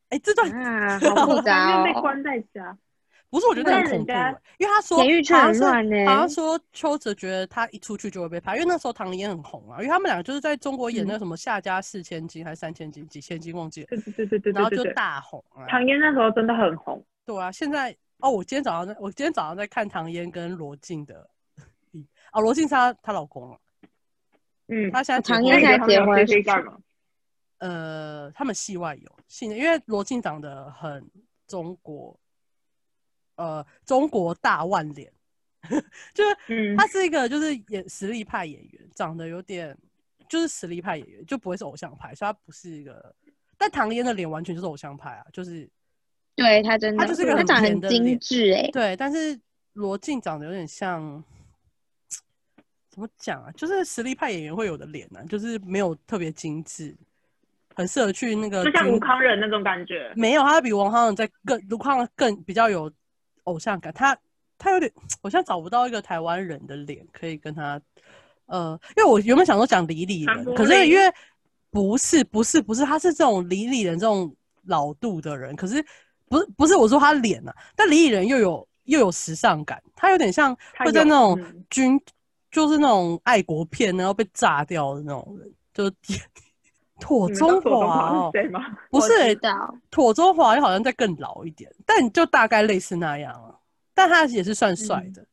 Speaker 3: 哎、这段
Speaker 1: 啊， 好复杂
Speaker 2: 因为被
Speaker 1: 哦。
Speaker 2: 关在家。
Speaker 3: 不是我觉得
Speaker 2: 那
Speaker 3: 很
Speaker 2: 人
Speaker 3: 恐怖、
Speaker 2: 家
Speaker 3: 欸，因为他说
Speaker 1: 田玉
Speaker 3: 好
Speaker 1: 圈
Speaker 3: 像
Speaker 1: 很
Speaker 3: 是
Speaker 1: 乱呢、
Speaker 3: 好像说邱泽觉得他一出去就会被拍，因为那时候唐嫣很红啊，因为他们两个就是在中国演那个什么《夏家四千金》还是三千金几千金忘记了，
Speaker 2: 嗯对对对对对
Speaker 3: 然后
Speaker 2: 对
Speaker 3: 就
Speaker 2: 对对。
Speaker 3: 大红啊。
Speaker 2: 唐嫣那时候真的很红，
Speaker 3: 对啊，现在哦，我今天早上在我今天早上在看唐嫣跟罗晋的，啊、罗晋是她她老公了、啊
Speaker 2: 嗯，
Speaker 3: 她现在结
Speaker 1: 唐
Speaker 3: 婚
Speaker 1: 嫣
Speaker 3: 了
Speaker 1: 现在结婚
Speaker 2: 可以干嘛？
Speaker 3: 呃，他们戏外有戏内，因为罗晋长得很中国，呃，中国大腕脸， 就是
Speaker 2: 嗯
Speaker 3: 他是一个就是演实力派演员，长得有点就是实力派演员，就不会是偶像派，所以他不是一个。但唐嫣的脸完全就是偶像派啊，就是
Speaker 1: 对他真的，
Speaker 3: 他就是一个
Speaker 1: 他
Speaker 3: 很
Speaker 1: 长得
Speaker 3: 甜
Speaker 1: 很
Speaker 3: 的
Speaker 1: 精
Speaker 3: 脸
Speaker 1: 致哎、
Speaker 3: 对，但是罗晋长得有点像，怎么讲啊？就是实力派演员会有的脸呢、啊，就是没有特别精致，很适合去那个
Speaker 2: 就像
Speaker 3: 军
Speaker 2: 吴康仁那种感觉。
Speaker 3: 没有，他比王康仁在更卢康仁更比较有偶像感。他他有点，我现在找不到一个台湾人的脸可以跟他，呃，因为我原本想说讲李李
Speaker 2: 韩
Speaker 3: 人，
Speaker 2: 国
Speaker 3: 可是
Speaker 2: 人
Speaker 3: 因为不是不是不是，他是这种李李人这种老度的人，可是不是不是我说他脸啊，但李李人又有又有时尚感，他有点像
Speaker 2: 他
Speaker 3: 会在
Speaker 2: 有
Speaker 3: 那种
Speaker 2: 嗯
Speaker 3: 军、就是那种爱国片然后被炸掉的那种人，就是。妥
Speaker 2: 你们知道
Speaker 3: 中
Speaker 2: 左
Speaker 3: 华
Speaker 2: 华
Speaker 3: 哦
Speaker 2: 是，谁吗？
Speaker 3: 不是、
Speaker 1: 我
Speaker 3: 欸
Speaker 1: 知，道，
Speaker 3: 妥州华又好像再更老一点，但你就大概类似那样啊。但他也是算帅的，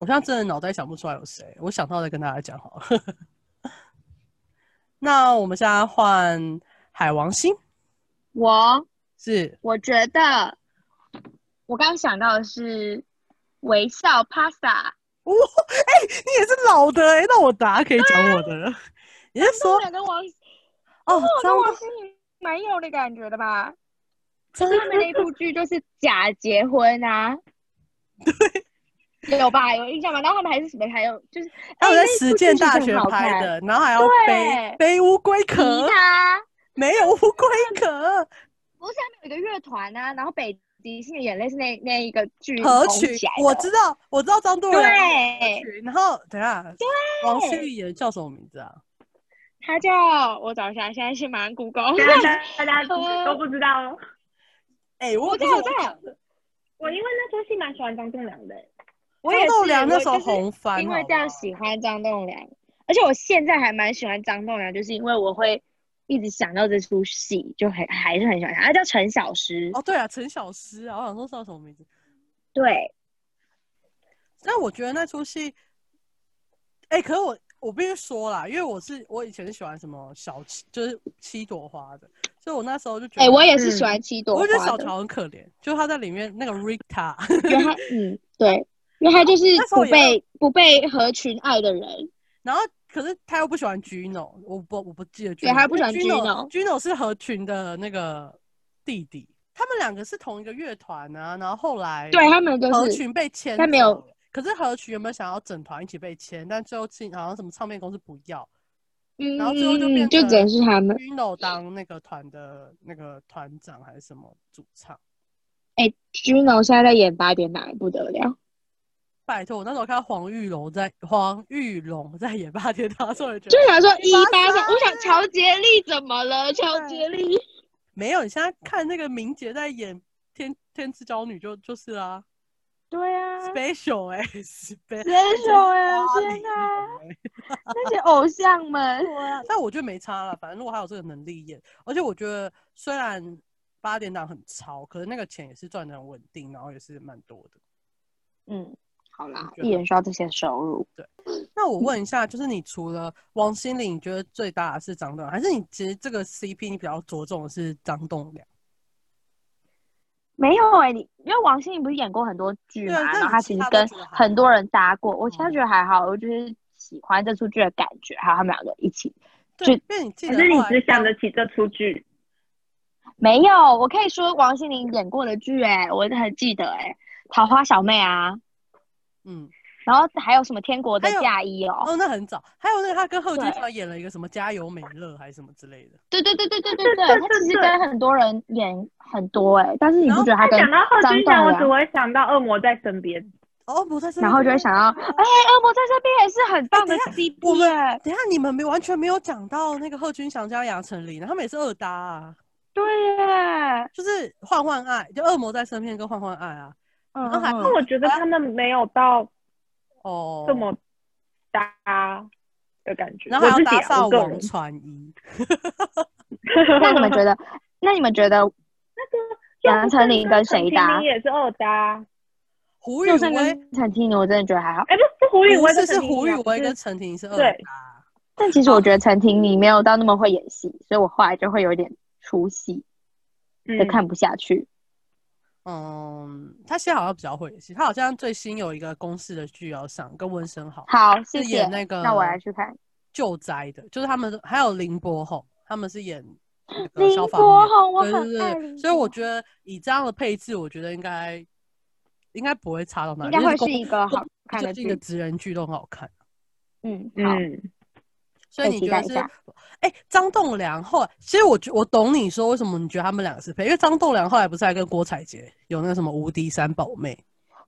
Speaker 3: 我现在真的脑袋想不出来有谁，我想到再跟大家讲好了。 那我们现在换海王星，
Speaker 1: 我
Speaker 3: 是
Speaker 1: 我觉得我刚想到的是微笑 pasta，
Speaker 3: 哇，哎、你也是老的哎、那我答可以讲我的了。你是说
Speaker 1: 两个王
Speaker 3: 哦，张
Speaker 1: 心凌蛮有的感觉的吧？
Speaker 3: 张
Speaker 1: 他们那部剧就是假结婚啊，对，有吧？有印象吗？然后他们还是什么？还有就是
Speaker 3: 他们
Speaker 1: 哎
Speaker 3: 在
Speaker 1: 那部
Speaker 3: 实
Speaker 1: 剧
Speaker 3: 践
Speaker 1: 其实
Speaker 3: 大
Speaker 1: 很
Speaker 3: 学
Speaker 1: 好
Speaker 3: 拍
Speaker 1: 看
Speaker 3: 的，然后还要背
Speaker 1: 对
Speaker 3: 背乌龟
Speaker 1: 吉
Speaker 3: 壳，
Speaker 1: 他，
Speaker 3: 没有乌龟 壳，
Speaker 1: 不是他们有一个乐团啊，然后北极星的眼泪是那那一个剧
Speaker 3: 合
Speaker 1: 红
Speaker 3: 曲
Speaker 1: 起来，的
Speaker 3: 我知道，我知道张栋梁
Speaker 1: 对，
Speaker 3: 曲然后等一下，王心凌演的叫什么名字啊？
Speaker 1: 他叫我找一下，现在先马上 Google。
Speaker 2: 啊大家大家都不知道哦。
Speaker 3: 哎、我
Speaker 1: 我
Speaker 3: 不
Speaker 1: 知
Speaker 3: 是
Speaker 1: 道，我知道，
Speaker 2: 我因为那出戏蛮喜欢张栋梁的，欸
Speaker 1: 我也
Speaker 3: 张
Speaker 1: 是。
Speaker 3: 栋梁那时候
Speaker 1: 我就是
Speaker 3: 红哦翻，
Speaker 1: 因为
Speaker 3: 好
Speaker 1: 这样
Speaker 3: 不好
Speaker 1: 喜欢张栋梁，而且我现在还蛮喜欢张栋梁，就是因为我会一直想到这出戏，就很还是很喜欢他。他叫陈小诗，
Speaker 3: 哦，对啊，陈小诗啊，我想说叫什么名字？
Speaker 1: 对，
Speaker 3: 但我觉得那出戏，哎、可是我我必须说啦，因为我是我以前是喜欢什么小七，就是七朵花的，所以我那时候就觉得，
Speaker 1: 哎、我也是喜欢七朵花
Speaker 3: 嗯我
Speaker 1: 的，
Speaker 3: 觉得小乔很可怜，就他在里面那个 Rita，
Speaker 1: 因为 他嗯对，因为他就是
Speaker 3: 那时候
Speaker 1: 不
Speaker 3: 也
Speaker 1: 被不被合群爱的人，
Speaker 3: 然后可是他又不喜欢 Gino，我不我不记得 Gino，
Speaker 1: 对他不喜欢
Speaker 3: Gino，Gino
Speaker 1: Gino
Speaker 3: 是合群的那个弟弟，他们两个是同一个乐团啊，然后后来
Speaker 1: 对他们都
Speaker 3: 合
Speaker 1: 是
Speaker 3: 群被签，
Speaker 1: 但没有。
Speaker 3: 可是合群有没有想要整团一起被签？但最后进好像什么唱片公司不要
Speaker 1: 嗯，
Speaker 3: 然后最后就变
Speaker 1: 就只能是他们。
Speaker 3: ，Juno 当那个团的那个团长还是什么主唱。
Speaker 1: 哎、g i n o 现在在演八点档，不得了。
Speaker 3: 拜托，我那时候看到黄玉龙在黄玉龙在演八天堂的时候，我就觉
Speaker 1: 就
Speaker 3: 得
Speaker 1: 想说一
Speaker 3: 八
Speaker 1: 八
Speaker 3: 三
Speaker 1: 三，我想乔杰利怎么了？乔杰利，
Speaker 3: 没有。你现在看那个明杰在演天天之娇女就就是啊
Speaker 2: 对 啊，
Speaker 3: ，special 哎、s p e c i a
Speaker 1: Special 哎 天哪
Speaker 3: 哪！
Speaker 1: 那些偶像们，
Speaker 3: 对啊，欸但我觉得没差了，反正如果他有这个能力演，而且我觉得虽然八点档很超，可是那个钱也是赚的很稳定，然后也是蛮多的。
Speaker 1: 嗯，好啦，
Speaker 3: 我觉得
Speaker 1: 艺人需要这些收入。
Speaker 3: 那我问一下，就是你除了王心凌，你觉得最大的是张栋梁，还是你其实这个 CP 你比较着重的是张栋梁？
Speaker 1: 没有哎、你因为王心凌不是演过很多剧
Speaker 3: 对
Speaker 1: 嘛，
Speaker 3: 啊但
Speaker 1: 然后
Speaker 3: 你
Speaker 1: 她
Speaker 3: 其
Speaker 1: 其实
Speaker 3: 他都
Speaker 1: 跟
Speaker 3: 觉得还
Speaker 1: 很
Speaker 3: 好
Speaker 1: 多人搭过，我其他
Speaker 3: 嗯
Speaker 1: 觉得还好，我就是喜欢这出剧的感觉，还有他们两个一起。
Speaker 3: 对，
Speaker 1: 就
Speaker 3: 因为你记
Speaker 2: 可
Speaker 3: 得
Speaker 2: 是你
Speaker 3: 后来
Speaker 2: 只想得起这出剧，
Speaker 1: 没有，我可以说王心凌演过的剧哎、我很记得哎、桃花小妹》啊，
Speaker 3: 嗯，
Speaker 1: 然后还有什么《天国的
Speaker 3: 还有
Speaker 1: 嫁衣》哦，
Speaker 3: 哦，那很早。还有那个他跟贺军
Speaker 1: 对
Speaker 3: 翔演了一个什么《加油美乐》还是什么之类的。
Speaker 1: 对对对对对对对，
Speaker 2: 对
Speaker 1: 他
Speaker 2: 对
Speaker 1: 其实
Speaker 2: 对
Speaker 1: 跟很多人演很多哎、但是你
Speaker 3: 然
Speaker 1: 不
Speaker 3: 后
Speaker 1: 觉得他跟
Speaker 2: 但想到贺
Speaker 1: 张
Speaker 2: 军
Speaker 1: 栋
Speaker 2: 翔，我只
Speaker 1: 梁，
Speaker 2: 会想到恶魔在身边。
Speaker 3: 哦，不在身边。
Speaker 1: 然后就会想到，哎、
Speaker 3: 哦
Speaker 1: 恶魔在这边也是很棒的
Speaker 3: 哎等
Speaker 1: CP 哎、
Speaker 3: 等一下你们没完全没有讲到那个贺军翔加杨丞琳，他们也是二搭啊，
Speaker 1: 对耶，
Speaker 3: 就是换换爱，就恶魔在身边跟换换爱啊。
Speaker 1: 嗯
Speaker 3: 后还
Speaker 1: 嗯
Speaker 2: 那我觉得他们没有到
Speaker 3: 哦，
Speaker 2: 这么搭的感觉，
Speaker 3: 然后还
Speaker 2: 我
Speaker 3: 要
Speaker 2: 自己
Speaker 3: 搭
Speaker 2: 啊
Speaker 3: 上
Speaker 2: 我个
Speaker 3: 王
Speaker 2: 人。
Speaker 3: 传一，
Speaker 1: 那你们觉得？那你们觉得杨丞琳跟谁搭
Speaker 2: 杨丞琳也是二搭，
Speaker 3: 胡宇
Speaker 1: 就算
Speaker 3: 威，
Speaker 1: 跟陈婷妮，我真的觉得还好。
Speaker 2: 哎，不是胡宇
Speaker 3: 不
Speaker 2: 威
Speaker 3: 是
Speaker 2: 跟
Speaker 3: 是
Speaker 2: 陈婷
Speaker 3: 胡
Speaker 2: 一
Speaker 3: 宇
Speaker 2: 样
Speaker 3: 威
Speaker 2: 是
Speaker 3: 跟陈婷是二
Speaker 2: 对
Speaker 3: 搭。
Speaker 1: 但其实我觉得陈婷妮没有到那么会演戏，所以我后来就会有点出戏，就
Speaker 2: 嗯
Speaker 1: 看不下去。
Speaker 3: 嗯，他现在好像比较会演戏，他好像最新有一个公式的剧要上，跟温升豪。
Speaker 1: 好，谢
Speaker 3: 是
Speaker 1: 谢。
Speaker 3: 演那个
Speaker 1: 那我来去看。
Speaker 3: 救灾的，就是他们还有林柏宏，他们是演那个
Speaker 1: 林
Speaker 3: 消防
Speaker 1: 柏
Speaker 3: 员。
Speaker 1: 宏，我
Speaker 3: 对
Speaker 1: 很
Speaker 3: 对
Speaker 1: 爱
Speaker 3: 对
Speaker 1: 林
Speaker 3: 对，所以我
Speaker 1: 柏
Speaker 3: 觉得以这样的配置，我觉得应该应该不会差到哪
Speaker 1: 宏应
Speaker 3: 里，
Speaker 1: 该
Speaker 3: 因为
Speaker 1: 会是
Speaker 3: 公
Speaker 1: 一个好看
Speaker 3: 最
Speaker 1: 的
Speaker 3: 近的
Speaker 1: 剧。
Speaker 3: 职人剧都很好看，
Speaker 1: 嗯，好，
Speaker 2: 嗯，
Speaker 3: 所以
Speaker 1: 可以
Speaker 3: 你
Speaker 1: 期
Speaker 3: 觉得
Speaker 1: 待一
Speaker 3: 是
Speaker 1: 下？
Speaker 3: 哎，张栋梁后来，其实我觉我懂你说为什么你觉得他们两个是配，因为张栋梁后来不是还跟郭采洁有那个什么无敌三宝妹，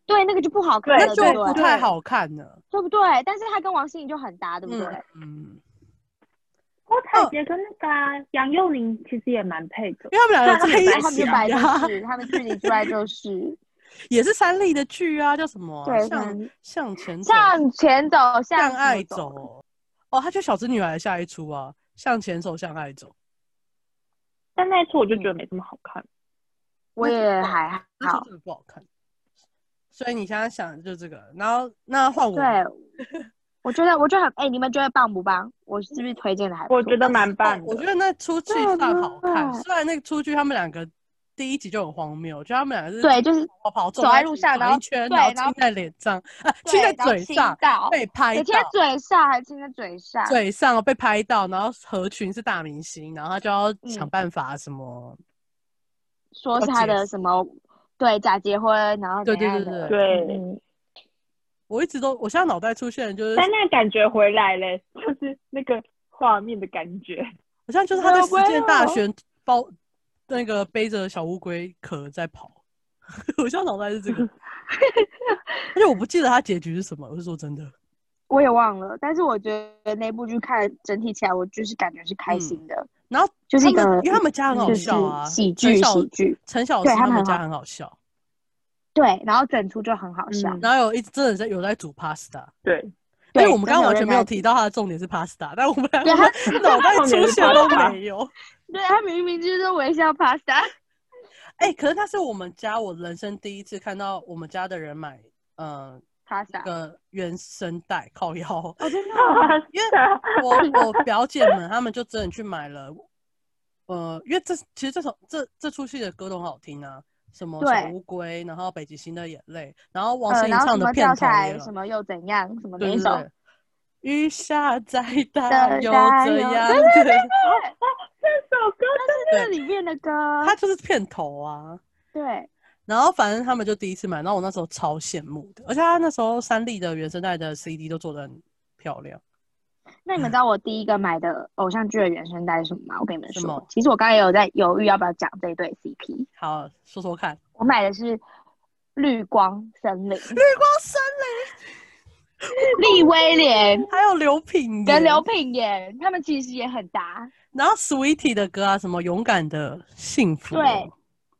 Speaker 1: 对，那个就不好看
Speaker 2: 对
Speaker 3: 那
Speaker 1: 了，
Speaker 3: 就
Speaker 1: 对
Speaker 3: 不
Speaker 1: 不对？
Speaker 3: 太好看了，
Speaker 1: 对不对？但是他跟王心凌就很搭，对不对？
Speaker 3: 嗯嗯，
Speaker 2: 郭采洁跟那个啊杨佑宁其实也蛮配的
Speaker 3: 因，为他 们两个
Speaker 2: 对
Speaker 3: 在
Speaker 2: 他们
Speaker 1: 然
Speaker 3: 一
Speaker 1: 后他们就摆
Speaker 3: 起
Speaker 1: 就，
Speaker 3: 啊
Speaker 1: 是，他们距离之外 就是
Speaker 3: 也是三立的剧啊，叫什么啊、
Speaker 1: 对三
Speaker 3: 向
Speaker 1: 立
Speaker 3: 向前走，
Speaker 1: 向前走，
Speaker 3: 向
Speaker 1: 向
Speaker 3: 爱
Speaker 1: 什么
Speaker 3: 走。。哦，他就小织女来的下一出啊，向前走，向爱走。
Speaker 2: 但那一出我就觉得没什么好看。
Speaker 1: 我也还
Speaker 3: 那
Speaker 1: 好
Speaker 3: 出，真的不好看。所以你现在想的就这个，然后那换我，
Speaker 1: 对， 我觉得我觉得很哎、你们觉得棒不棒？我是不是推荐的还不
Speaker 2: 我
Speaker 1: 错
Speaker 2: 觉得蛮棒
Speaker 3: 哦
Speaker 2: 的。
Speaker 3: 我觉得那出剧
Speaker 1: 对
Speaker 3: 算好看，
Speaker 1: 对
Speaker 3: 虽然那个出剧他们两个第一集就很荒谬，就他们两个是
Speaker 1: 对，就是
Speaker 3: 跑跑走
Speaker 1: 走在
Speaker 3: 一
Speaker 1: 路
Speaker 3: 起
Speaker 1: 上
Speaker 3: 跑
Speaker 1: 然后
Speaker 3: 一圈，
Speaker 1: 对
Speaker 3: 然后
Speaker 1: 然后
Speaker 3: 亲在脸上，啊，亲
Speaker 1: 对
Speaker 3: 在
Speaker 1: 然后
Speaker 3: 嘴
Speaker 1: 亲
Speaker 3: 上
Speaker 1: 到
Speaker 3: 被拍
Speaker 1: 有
Speaker 3: 到
Speaker 1: 贴，嘴上，还亲在嘴上，
Speaker 3: 嘴上被拍到，然后合群是大明星，然后他就要想
Speaker 1: 嗯
Speaker 3: 办法什么，
Speaker 1: 说是
Speaker 3: 要
Speaker 1: 他
Speaker 3: 结
Speaker 1: 的什么对假结婚，然后
Speaker 3: 对
Speaker 1: 怎
Speaker 3: 对
Speaker 1: 样
Speaker 3: 对
Speaker 1: 的
Speaker 2: 对对
Speaker 1: 嗯
Speaker 3: 我一直都我现在脑袋出现的就是
Speaker 2: 但那感觉回来嘞，就是那个画面的感觉。
Speaker 3: 好像就是他在
Speaker 1: 没有
Speaker 3: 实践大
Speaker 1: 没有
Speaker 3: 学包那个背着小乌龟壳在跑， 我现在脑袋是这个，而且我不记得他结局是什么，我是说真的，
Speaker 1: 我也忘了，但是我觉得那部剧看整体起来，我就是感觉是开
Speaker 3: 嗯
Speaker 1: 心的，
Speaker 3: 然后
Speaker 1: 就是一
Speaker 3: 他们
Speaker 1: 个
Speaker 3: 因为他们家很好
Speaker 1: 就是
Speaker 3: 笑啊，
Speaker 1: 喜
Speaker 3: 陈
Speaker 1: 剧
Speaker 3: 小
Speaker 1: 喜剧，
Speaker 3: 陈小
Speaker 1: 对
Speaker 3: 春
Speaker 1: 他
Speaker 3: 他
Speaker 1: 们
Speaker 3: 们
Speaker 1: 很
Speaker 3: 家
Speaker 1: 好
Speaker 3: 很好笑，
Speaker 1: 对，然后整出就很好笑。
Speaker 2: 嗯
Speaker 3: 然后有一直真的在有在煮 pasta。哎
Speaker 2: 对，
Speaker 1: 对
Speaker 3: 对，我们刚刚完全没有提
Speaker 1: 真
Speaker 3: 到他的重点是 pasta，但我们两个
Speaker 1: 对他
Speaker 3: 脑袋出现都没有。
Speaker 1: 对他明明就是微笑 pasta，
Speaker 3: 哎、可是他是我们家我人生第一次看到我们家的人买，嗯、呃，一
Speaker 1: pasta，
Speaker 3: 个原声带靠腰，
Speaker 1: 我真的
Speaker 3: 因为我 我表姐们他们就真的去买了，呃，因为这其实这首这这出戏的歌都很好听啊，什么小
Speaker 1: 对
Speaker 3: 乌龟，然后北极星的眼泪，然后王
Speaker 1: 呃，
Speaker 3: 心凌
Speaker 1: 然后
Speaker 3: 唱
Speaker 1: 什
Speaker 3: 的
Speaker 1: 么
Speaker 3: 片
Speaker 1: 掉
Speaker 3: 头
Speaker 1: 下
Speaker 3: 也
Speaker 1: 来
Speaker 3: 有，
Speaker 1: 什么又怎样，什么那
Speaker 3: 对
Speaker 1: 一
Speaker 3: 对
Speaker 1: 首，
Speaker 3: 对，雨下再大
Speaker 1: 的
Speaker 3: 又
Speaker 1: 大
Speaker 3: 怎
Speaker 1: 又
Speaker 3: 样？
Speaker 1: 对
Speaker 2: 这首歌
Speaker 1: 这是里面的歌，
Speaker 3: 他就是片头啊。
Speaker 1: 对，
Speaker 3: 然后反正他们就第一次买，然后我那时候超羡慕的，而且他那时候三立的原声带的 CD 都做的很漂亮。
Speaker 1: 那你们知道我第一个买的偶像剧的原声带是什么吗？我跟你们
Speaker 3: 什
Speaker 1: 说
Speaker 3: 么，
Speaker 1: 其实我刚才也有在犹豫要不要讲这对 CP。
Speaker 3: 好，说说看，《
Speaker 1: 我买的是《绿光森林》，
Speaker 3: 绿光森
Speaker 1: 利威廉
Speaker 3: 林》还有刘品
Speaker 1: 跟
Speaker 3: 言
Speaker 1: 刘品言，他们其实也很搭。
Speaker 3: 然后 Sweetie 的歌啊，什么勇敢的幸福，
Speaker 1: 对，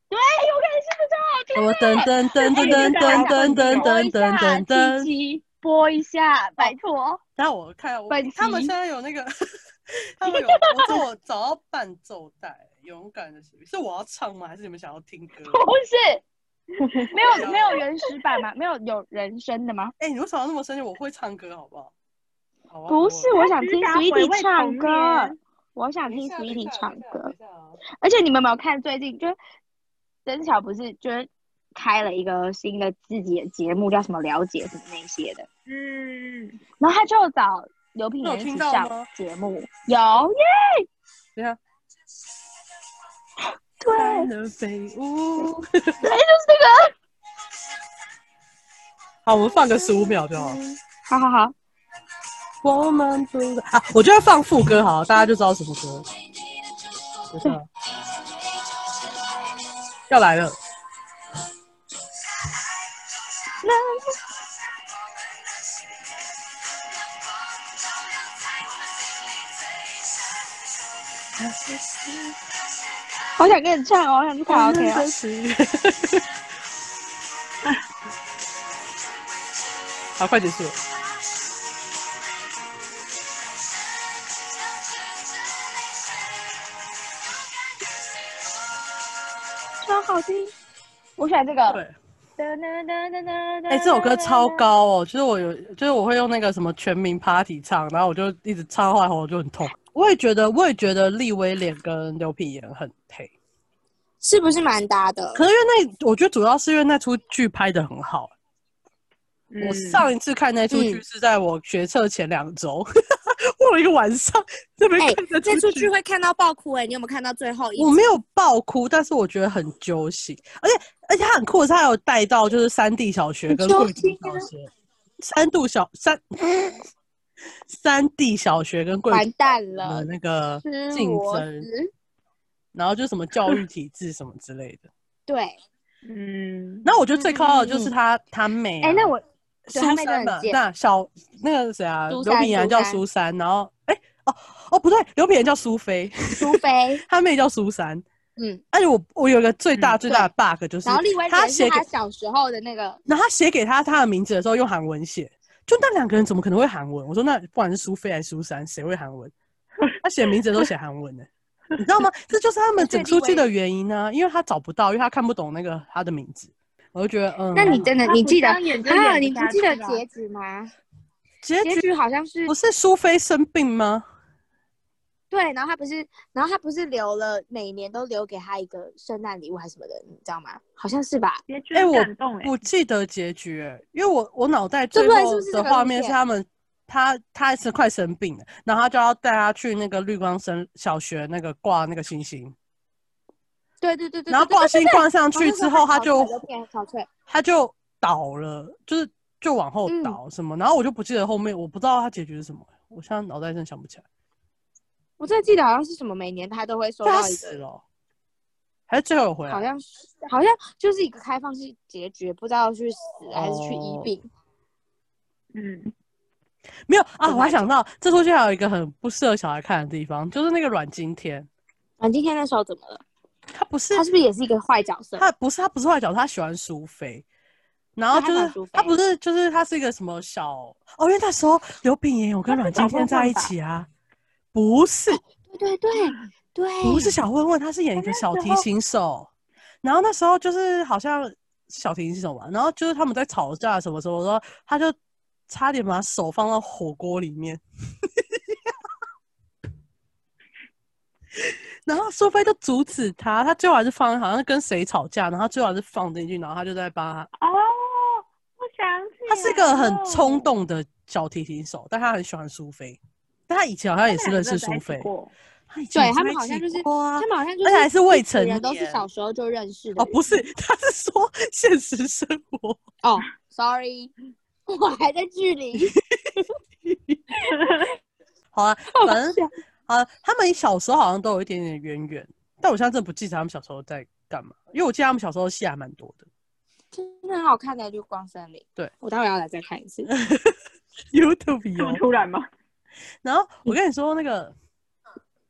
Speaker 1: 对，哎我感觉是不是超好听？
Speaker 3: 什么噔噔噔噔噔
Speaker 1: 哎
Speaker 3: 噔噔噔噔噔
Speaker 1: 播一下
Speaker 3: 噔。
Speaker 1: 鸡鸡播一下，拜托。
Speaker 3: 然后我看我
Speaker 1: 本
Speaker 3: 他们
Speaker 1: 集
Speaker 3: 现在有那个， 他们有我这我找到伴奏带，勇敢的幸福是我要唱吗？还是你们想要听歌？
Speaker 1: 不是，没有没有原始版吗？没有有人声的吗？
Speaker 3: 哎、你为什么要那么生气？我会唱歌，好不好？好啊
Speaker 1: 不是，
Speaker 3: 我
Speaker 1: 我想
Speaker 2: 只
Speaker 1: 听
Speaker 2: 想回味
Speaker 1: Sweetie 唱
Speaker 2: 童
Speaker 1: 歌
Speaker 2: 年，
Speaker 1: 我想
Speaker 3: 等一
Speaker 1: 听
Speaker 3: 下等一
Speaker 1: Sweetie
Speaker 3: 下
Speaker 1: 唱
Speaker 3: 等一下
Speaker 1: 歌
Speaker 3: 等一。下啊
Speaker 1: 而且你们有没有看最近就是曾巧不是就是开了一个新的自己的节目，叫什么了解什么那些的，
Speaker 2: 嗯，
Speaker 1: 然后他就找刘品
Speaker 3: 那有
Speaker 1: 言一起
Speaker 3: 听到
Speaker 1: 上
Speaker 3: 吗啊
Speaker 1: 节目，有耶，
Speaker 3: 等一下，
Speaker 1: 对，
Speaker 3: 翻了飞舞。
Speaker 1: 对，就是这个，
Speaker 3: 好，我们放个十五秒就好。
Speaker 1: 好好好，
Speaker 3: 我们不啊，我就要放副歌，好，大家就知道什么歌。等一下，要来了。
Speaker 1: 好想跟你唱哦，我想去卡拉 OK 哦，
Speaker 3: 好，快结束了。
Speaker 1: 超好听，我喜欢这个，
Speaker 3: 对，哎、
Speaker 1: 哎
Speaker 3: 这首歌超，高哦，就是我有，就是我会用那个什么全民 Party 唱，然后我就一直唱，后来我就很痛。我也觉得，我也觉得利威廉跟刘品言很配，
Speaker 1: 是不是蛮搭的？
Speaker 3: 可是因为那，我觉得主要是因为那出剧拍的很好。
Speaker 2: 嗯
Speaker 3: 我上一次看那出剧
Speaker 1: 嗯
Speaker 3: 是在我学测前两周，我有一个晚上特别
Speaker 4: 哎
Speaker 3: 看那
Speaker 4: 这
Speaker 3: 出
Speaker 4: 出
Speaker 3: 剧
Speaker 4: 剧，会看到爆哭哎、你有没有看到最后一集？
Speaker 3: 我没有爆哭，但是我觉得很揪心，而且而且它很酷，它有带到就是三 D 小学跟
Speaker 1: 很
Speaker 3: 贵
Speaker 1: 揪
Speaker 3: 族
Speaker 1: 心
Speaker 3: 小
Speaker 1: 啊
Speaker 3: 学，三度小三三 D 小学跟贵
Speaker 1: 完
Speaker 3: 族
Speaker 1: 蛋
Speaker 3: 的
Speaker 1: 了，
Speaker 3: 那个
Speaker 1: 吃
Speaker 3: 竞
Speaker 1: 螺
Speaker 3: 争，
Speaker 1: 丝，
Speaker 3: 然后就什么教育体制什么之类 的。
Speaker 1: 对，
Speaker 2: 嗯，
Speaker 3: 然后我觉得最靠的就
Speaker 1: 嗯
Speaker 3: 是
Speaker 1: 嗯嗯
Speaker 3: 他他妹啊，
Speaker 1: 哎，那我对
Speaker 3: 苏
Speaker 1: 他妹真的
Speaker 3: 珊
Speaker 1: 很
Speaker 3: 嘛，
Speaker 1: 贱
Speaker 3: 那小那个谁啊，
Speaker 1: 苏
Speaker 3: 刘
Speaker 1: 珊
Speaker 3: 品言
Speaker 1: 苏
Speaker 3: 叫
Speaker 1: 珊
Speaker 3: 苏珊，然后哎、哦哦不对，刘品言叫苏菲，
Speaker 1: 苏菲，
Speaker 3: 她妹叫苏珊。
Speaker 1: 嗯，
Speaker 3: 而且我我有一个最大最大的 bug 就是，
Speaker 1: 然后另外一个
Speaker 3: 他
Speaker 1: 人是
Speaker 3: 写给
Speaker 1: 他，小时候的那个，
Speaker 3: 然后他写给他他的名字的时候用韩文写，就那两个人怎么可能会韩文？我说那不管是苏菲还是苏珊，谁会韩文？他写名字都写韩文呢、你知道吗？这就是他们整出去的原因呢、啊因为他找不到，因为他看不懂那个他的名字。我就觉得，嗯，
Speaker 1: 那你真的
Speaker 2: 他
Speaker 1: 你
Speaker 2: 不
Speaker 1: 记得
Speaker 2: 当演就
Speaker 1: 啊？
Speaker 2: 演
Speaker 1: 你
Speaker 2: 不
Speaker 1: 不
Speaker 2: 下
Speaker 1: 记得
Speaker 2: 去啊
Speaker 1: 结局吗？
Speaker 3: 结
Speaker 1: 结
Speaker 3: 局
Speaker 1: 局好像是
Speaker 3: 不是苏菲生病吗？
Speaker 1: 对，然后他不是，然后他不是留了每年都留给他一个圣诞礼物还是什么的，你知道吗？好像是吧？
Speaker 2: 结局
Speaker 3: 哎
Speaker 2: 很
Speaker 3: 我
Speaker 2: 感动哎，
Speaker 3: 不记得结局欸、因为我我脑袋
Speaker 1: 对
Speaker 3: 最
Speaker 1: 不对
Speaker 3: 后
Speaker 1: 是不是
Speaker 3: 的
Speaker 1: 这个啊
Speaker 3: 画
Speaker 1: 路
Speaker 3: 面是
Speaker 1: 线
Speaker 3: 他们，他他是快生病了，然后他就要带他去那个绿光生小学那个挂那个星星，
Speaker 1: 对对对对。
Speaker 3: 然后
Speaker 1: 对对
Speaker 3: 挂
Speaker 1: 对
Speaker 3: 星
Speaker 1: 对
Speaker 3: 挂上去
Speaker 1: 好像
Speaker 3: 之
Speaker 1: 是
Speaker 3: 后，他
Speaker 1: 草
Speaker 3: 就
Speaker 1: 翠都变成草翠
Speaker 3: 他就倒了，就是就往后
Speaker 1: 嗯
Speaker 3: 倒什么，然后我就不记得后面，我不知道他结局是什么，我现在脑袋真的想不起来，
Speaker 1: 我真的记得好像是什么，每年他都会收
Speaker 3: 就他
Speaker 1: 到一
Speaker 3: 死
Speaker 1: 个，
Speaker 3: 了哦，还是最后有回
Speaker 1: 好
Speaker 3: 来，
Speaker 1: 像是好像就是一个开放式结局，不知道去死还是去医
Speaker 3: 哦
Speaker 1: 病。
Speaker 2: 嗯，
Speaker 3: 没有啊？我
Speaker 1: 哪
Speaker 3: 还
Speaker 1: 一
Speaker 3: 想到这出剧还有一个很不适合小孩看的地方，就是那个阮经天，
Speaker 4: 啊
Speaker 1: 阮经天那时候怎么了？
Speaker 3: 他不是
Speaker 1: 他是不是也是一个坏角色？
Speaker 3: 他不是他不是坏角，他喜欢苏菲，然后
Speaker 1: 那他
Speaker 3: 就
Speaker 1: 喜欢
Speaker 3: 是
Speaker 1: 苏
Speaker 3: 他
Speaker 1: 菲
Speaker 3: 不是就是他是一个什么小哦，因为那时候刘炳炎有跟
Speaker 2: 他
Speaker 3: 阮
Speaker 2: 是
Speaker 3: 经
Speaker 2: 小
Speaker 3: 天
Speaker 2: 混
Speaker 3: 在
Speaker 2: 混
Speaker 3: 一
Speaker 2: 吧
Speaker 3: 起啊，不是
Speaker 1: 对对 对对，
Speaker 3: 不是小混混，他是演一个小
Speaker 2: 哎时
Speaker 3: 提
Speaker 2: 候
Speaker 3: 琴手，然后那时候就是好像是小提琴手嘛，然后就是他们在吵架什么什么的时候，他就差点把手放到火锅里面。 然后苏菲就阻止他，他最后还是放，好像跟谁吵架，然后最后还是放进去，然后他就在帮他。
Speaker 2: 哦，我想起来了，
Speaker 3: 他是个很
Speaker 2: 哎
Speaker 3: 冲动的小提琴手，但他很喜欢苏菲，但他以前好像也
Speaker 2: 他
Speaker 3: 是
Speaker 2: 们两
Speaker 3: 认
Speaker 2: 个在
Speaker 3: 识苏
Speaker 2: 一起
Speaker 3: 菲，
Speaker 2: 过
Speaker 3: 他以前
Speaker 4: 对
Speaker 3: 有
Speaker 4: 他
Speaker 3: 在
Speaker 4: 们
Speaker 3: 一
Speaker 4: 好像
Speaker 3: 起
Speaker 4: 就是
Speaker 3: 过啊
Speaker 4: 他们好像就
Speaker 3: 而且还是未成
Speaker 4: 人，都是
Speaker 3: 年
Speaker 4: 小时候就认识的
Speaker 3: 哦，
Speaker 4: 人
Speaker 3: 不是， 他是说现实生活，
Speaker 4: 哦，sorry，我 还在距离。
Speaker 3: 好啊，反正啊，他们小时候好像都有一点点渊源，但我现在真的不记得他们小时候在干嘛，因为我记得他们小时候戏还蛮多的，
Speaker 4: 真的很好看的《绿光森林》。
Speaker 3: 对，
Speaker 4: 我待会要来再看一次。
Speaker 3: YouTube
Speaker 2: 这么
Speaker 3: 有。
Speaker 2: 突然吗？
Speaker 3: 然后我跟你说那个，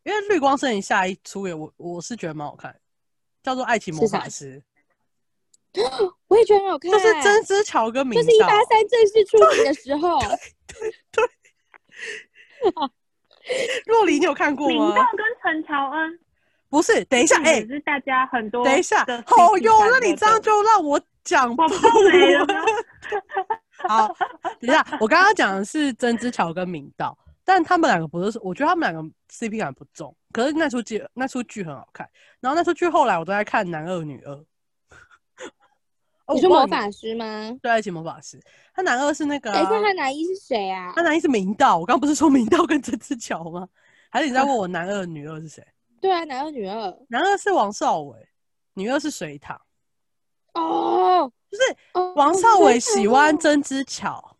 Speaker 3: 因为《绿光森林》下一出也我我是觉得蛮好看，叫做《爱情魔
Speaker 4: 是啥
Speaker 3: 法师
Speaker 4: 我也觉得很好》，看，欸
Speaker 3: 就是真，知乔跟明
Speaker 4: 就
Speaker 3: 道，
Speaker 4: 是一八三正式出名的时 候，
Speaker 3: 哦洛梨，你有看过
Speaker 2: 明
Speaker 3: 吗
Speaker 2: 道？跟陈乔恩，
Speaker 3: 不是，等一下，哎、
Speaker 2: 也是大家很多的
Speaker 3: 等一
Speaker 2: 集体
Speaker 3: 下
Speaker 2: 感受的。，
Speaker 3: 好哟，那你这样就让我讲 不
Speaker 2: 我爆雷了
Speaker 3: 完
Speaker 2: 吗。
Speaker 3: 好，等一下，我刚刚讲的是曾之乔跟明道，但他们两个不是，我觉得他们两个 CP 感不重。可是那出剧那出剧很好看，然后那出剧后来我都在看《男二女二》
Speaker 4: 你
Speaker 3: 哦。我
Speaker 4: 说
Speaker 3: 不知
Speaker 4: 魔
Speaker 3: 道
Speaker 4: 法师吗？
Speaker 3: 对爱情魔法师，他男二是那个、
Speaker 4: 等一下，
Speaker 3: 啊，
Speaker 4: 他男一是谁啊
Speaker 3: 他？男一是明道。我刚不是说明道跟曾之乔吗？还是你在问我男二女二是谁？
Speaker 4: 对啊，男二女二。
Speaker 3: 男二是王少伟，女二是隋唐。
Speaker 4: 哦，
Speaker 3: 就是
Speaker 4: 哦
Speaker 3: 王少伟喜欢
Speaker 4: 哦
Speaker 3: 曾之乔，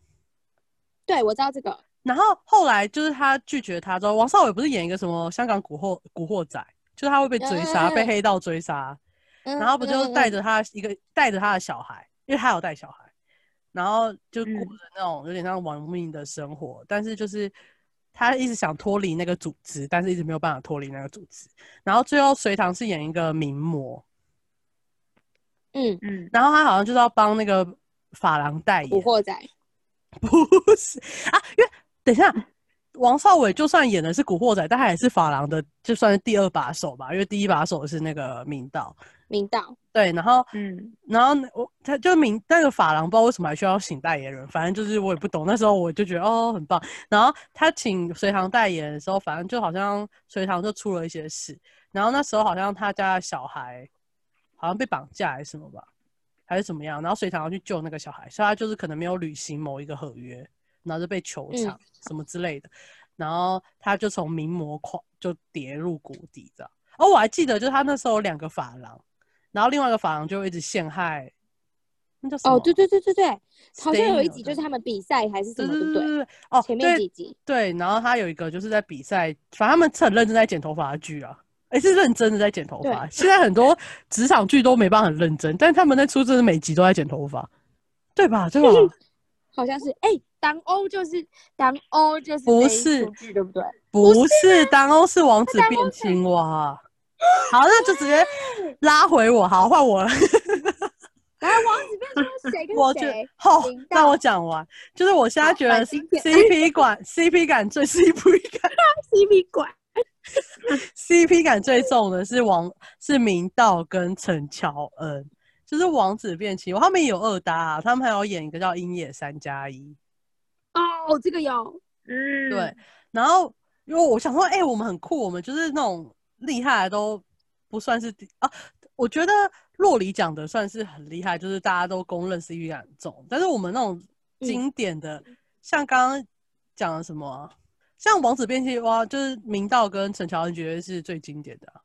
Speaker 4: 对，我知道这个。
Speaker 3: 然后后来就是他拒绝他之后，王少伟不是演一个什么香港古惑古惑仔，就是他会被追杀，
Speaker 4: 嗯嗯嗯
Speaker 3: 被黑道追杀，
Speaker 4: 嗯
Speaker 3: 然后不就
Speaker 4: 嗯嗯
Speaker 3: 带
Speaker 4: 嗯
Speaker 3: 着他一个带着他的小孩，因为他有带小孩，然后就过
Speaker 2: 嗯
Speaker 3: 着那种有点像亡命的生活，但是就是。他一直想脱离那个组织，但是一直没有办法脱离那个组织。然后最后，隋唐是演一个名模，
Speaker 4: 嗯
Speaker 2: 嗯，
Speaker 3: 然后他好像就是要帮那个法郎代言
Speaker 4: 古。惑仔，
Speaker 3: 不是啊，因为等一下，王少伟就算演的是古惑仔，但他也是法郎的，就算是第二把手吧，因为第一把手是那个明道。
Speaker 4: 明道。
Speaker 3: 对，然后，
Speaker 2: 嗯，
Speaker 3: 然后呢我他就明那个法郎，不知道为什么还需要请代言人，反正就是我也不懂。那时候我就觉得哦，很棒。然后他请隋唐代言的时候，反正就好像隋唐就出了一些事。然后那时候好像他家的小孩好像被绑架还是什么吧，还是怎么样。然后隋唐要去救那个小孩，所以他就是可能没有履行某一个合约，然后就被球
Speaker 4: 嗯
Speaker 3: 场、什么之类的。然后他就从名模狂就跌入谷底这样。哦，我还记得，就是他那时候有两个法郎，然后另外一个法郎就一直陷害，那叫什么？
Speaker 4: 哦，对对对对对，好像有一
Speaker 3: Stanley，
Speaker 4: 集就
Speaker 3: 对
Speaker 4: 是他们比赛还是什
Speaker 3: 对
Speaker 4: 么，
Speaker 3: 对
Speaker 4: 对不
Speaker 3: 对
Speaker 4: 对？
Speaker 3: 对，哦，
Speaker 4: 前面
Speaker 3: 对
Speaker 4: 几集，
Speaker 3: 对，然后他有一个就是在比赛，反正他们是很认真在剪头发的剧啊，哎，是认真的在剪头发。
Speaker 4: 对
Speaker 3: 现在很多职场剧都没办法很认真，但他们那出真的每集都在剪头发，对吧？对吧？
Speaker 4: 好像是哎，党欧就是党欧就是
Speaker 3: 不
Speaker 4: 这一
Speaker 3: 是
Speaker 4: 出剧对不对？啊
Speaker 3: 不是，当欧是王子变青蛙。好，那就直接拉回我，好，换我了。
Speaker 4: 然后王子变成谁
Speaker 3: 我
Speaker 4: 跟
Speaker 3: 觉
Speaker 4: 谁？
Speaker 3: 好
Speaker 4: 领，
Speaker 3: 让
Speaker 4: 到
Speaker 3: 我讲完。就是我现在
Speaker 4: 好
Speaker 3: 觉得
Speaker 4: 反
Speaker 3: C
Speaker 4: 经典
Speaker 3: CP 感 CP 感最 CP 感
Speaker 4: CP 管
Speaker 3: CP 感最重的是王是明道跟陈乔恩，就是王子变青蛙，他们也有二搭、啊，他们还有演一个叫《鹰野三加一》。
Speaker 4: 哦，这个有，
Speaker 2: 嗯，
Speaker 3: 对，然后因为我想说，哎、我们很酷，我们就是那种厉害的都不算是第啊。我觉得洛里讲的算是很厉害，就是大家都公认 CP 感很重，但是我们那种经典的，像刚刚讲的什么啊、像《王子变青蛙》，就是明道跟陈乔恩绝对是最经典的啊、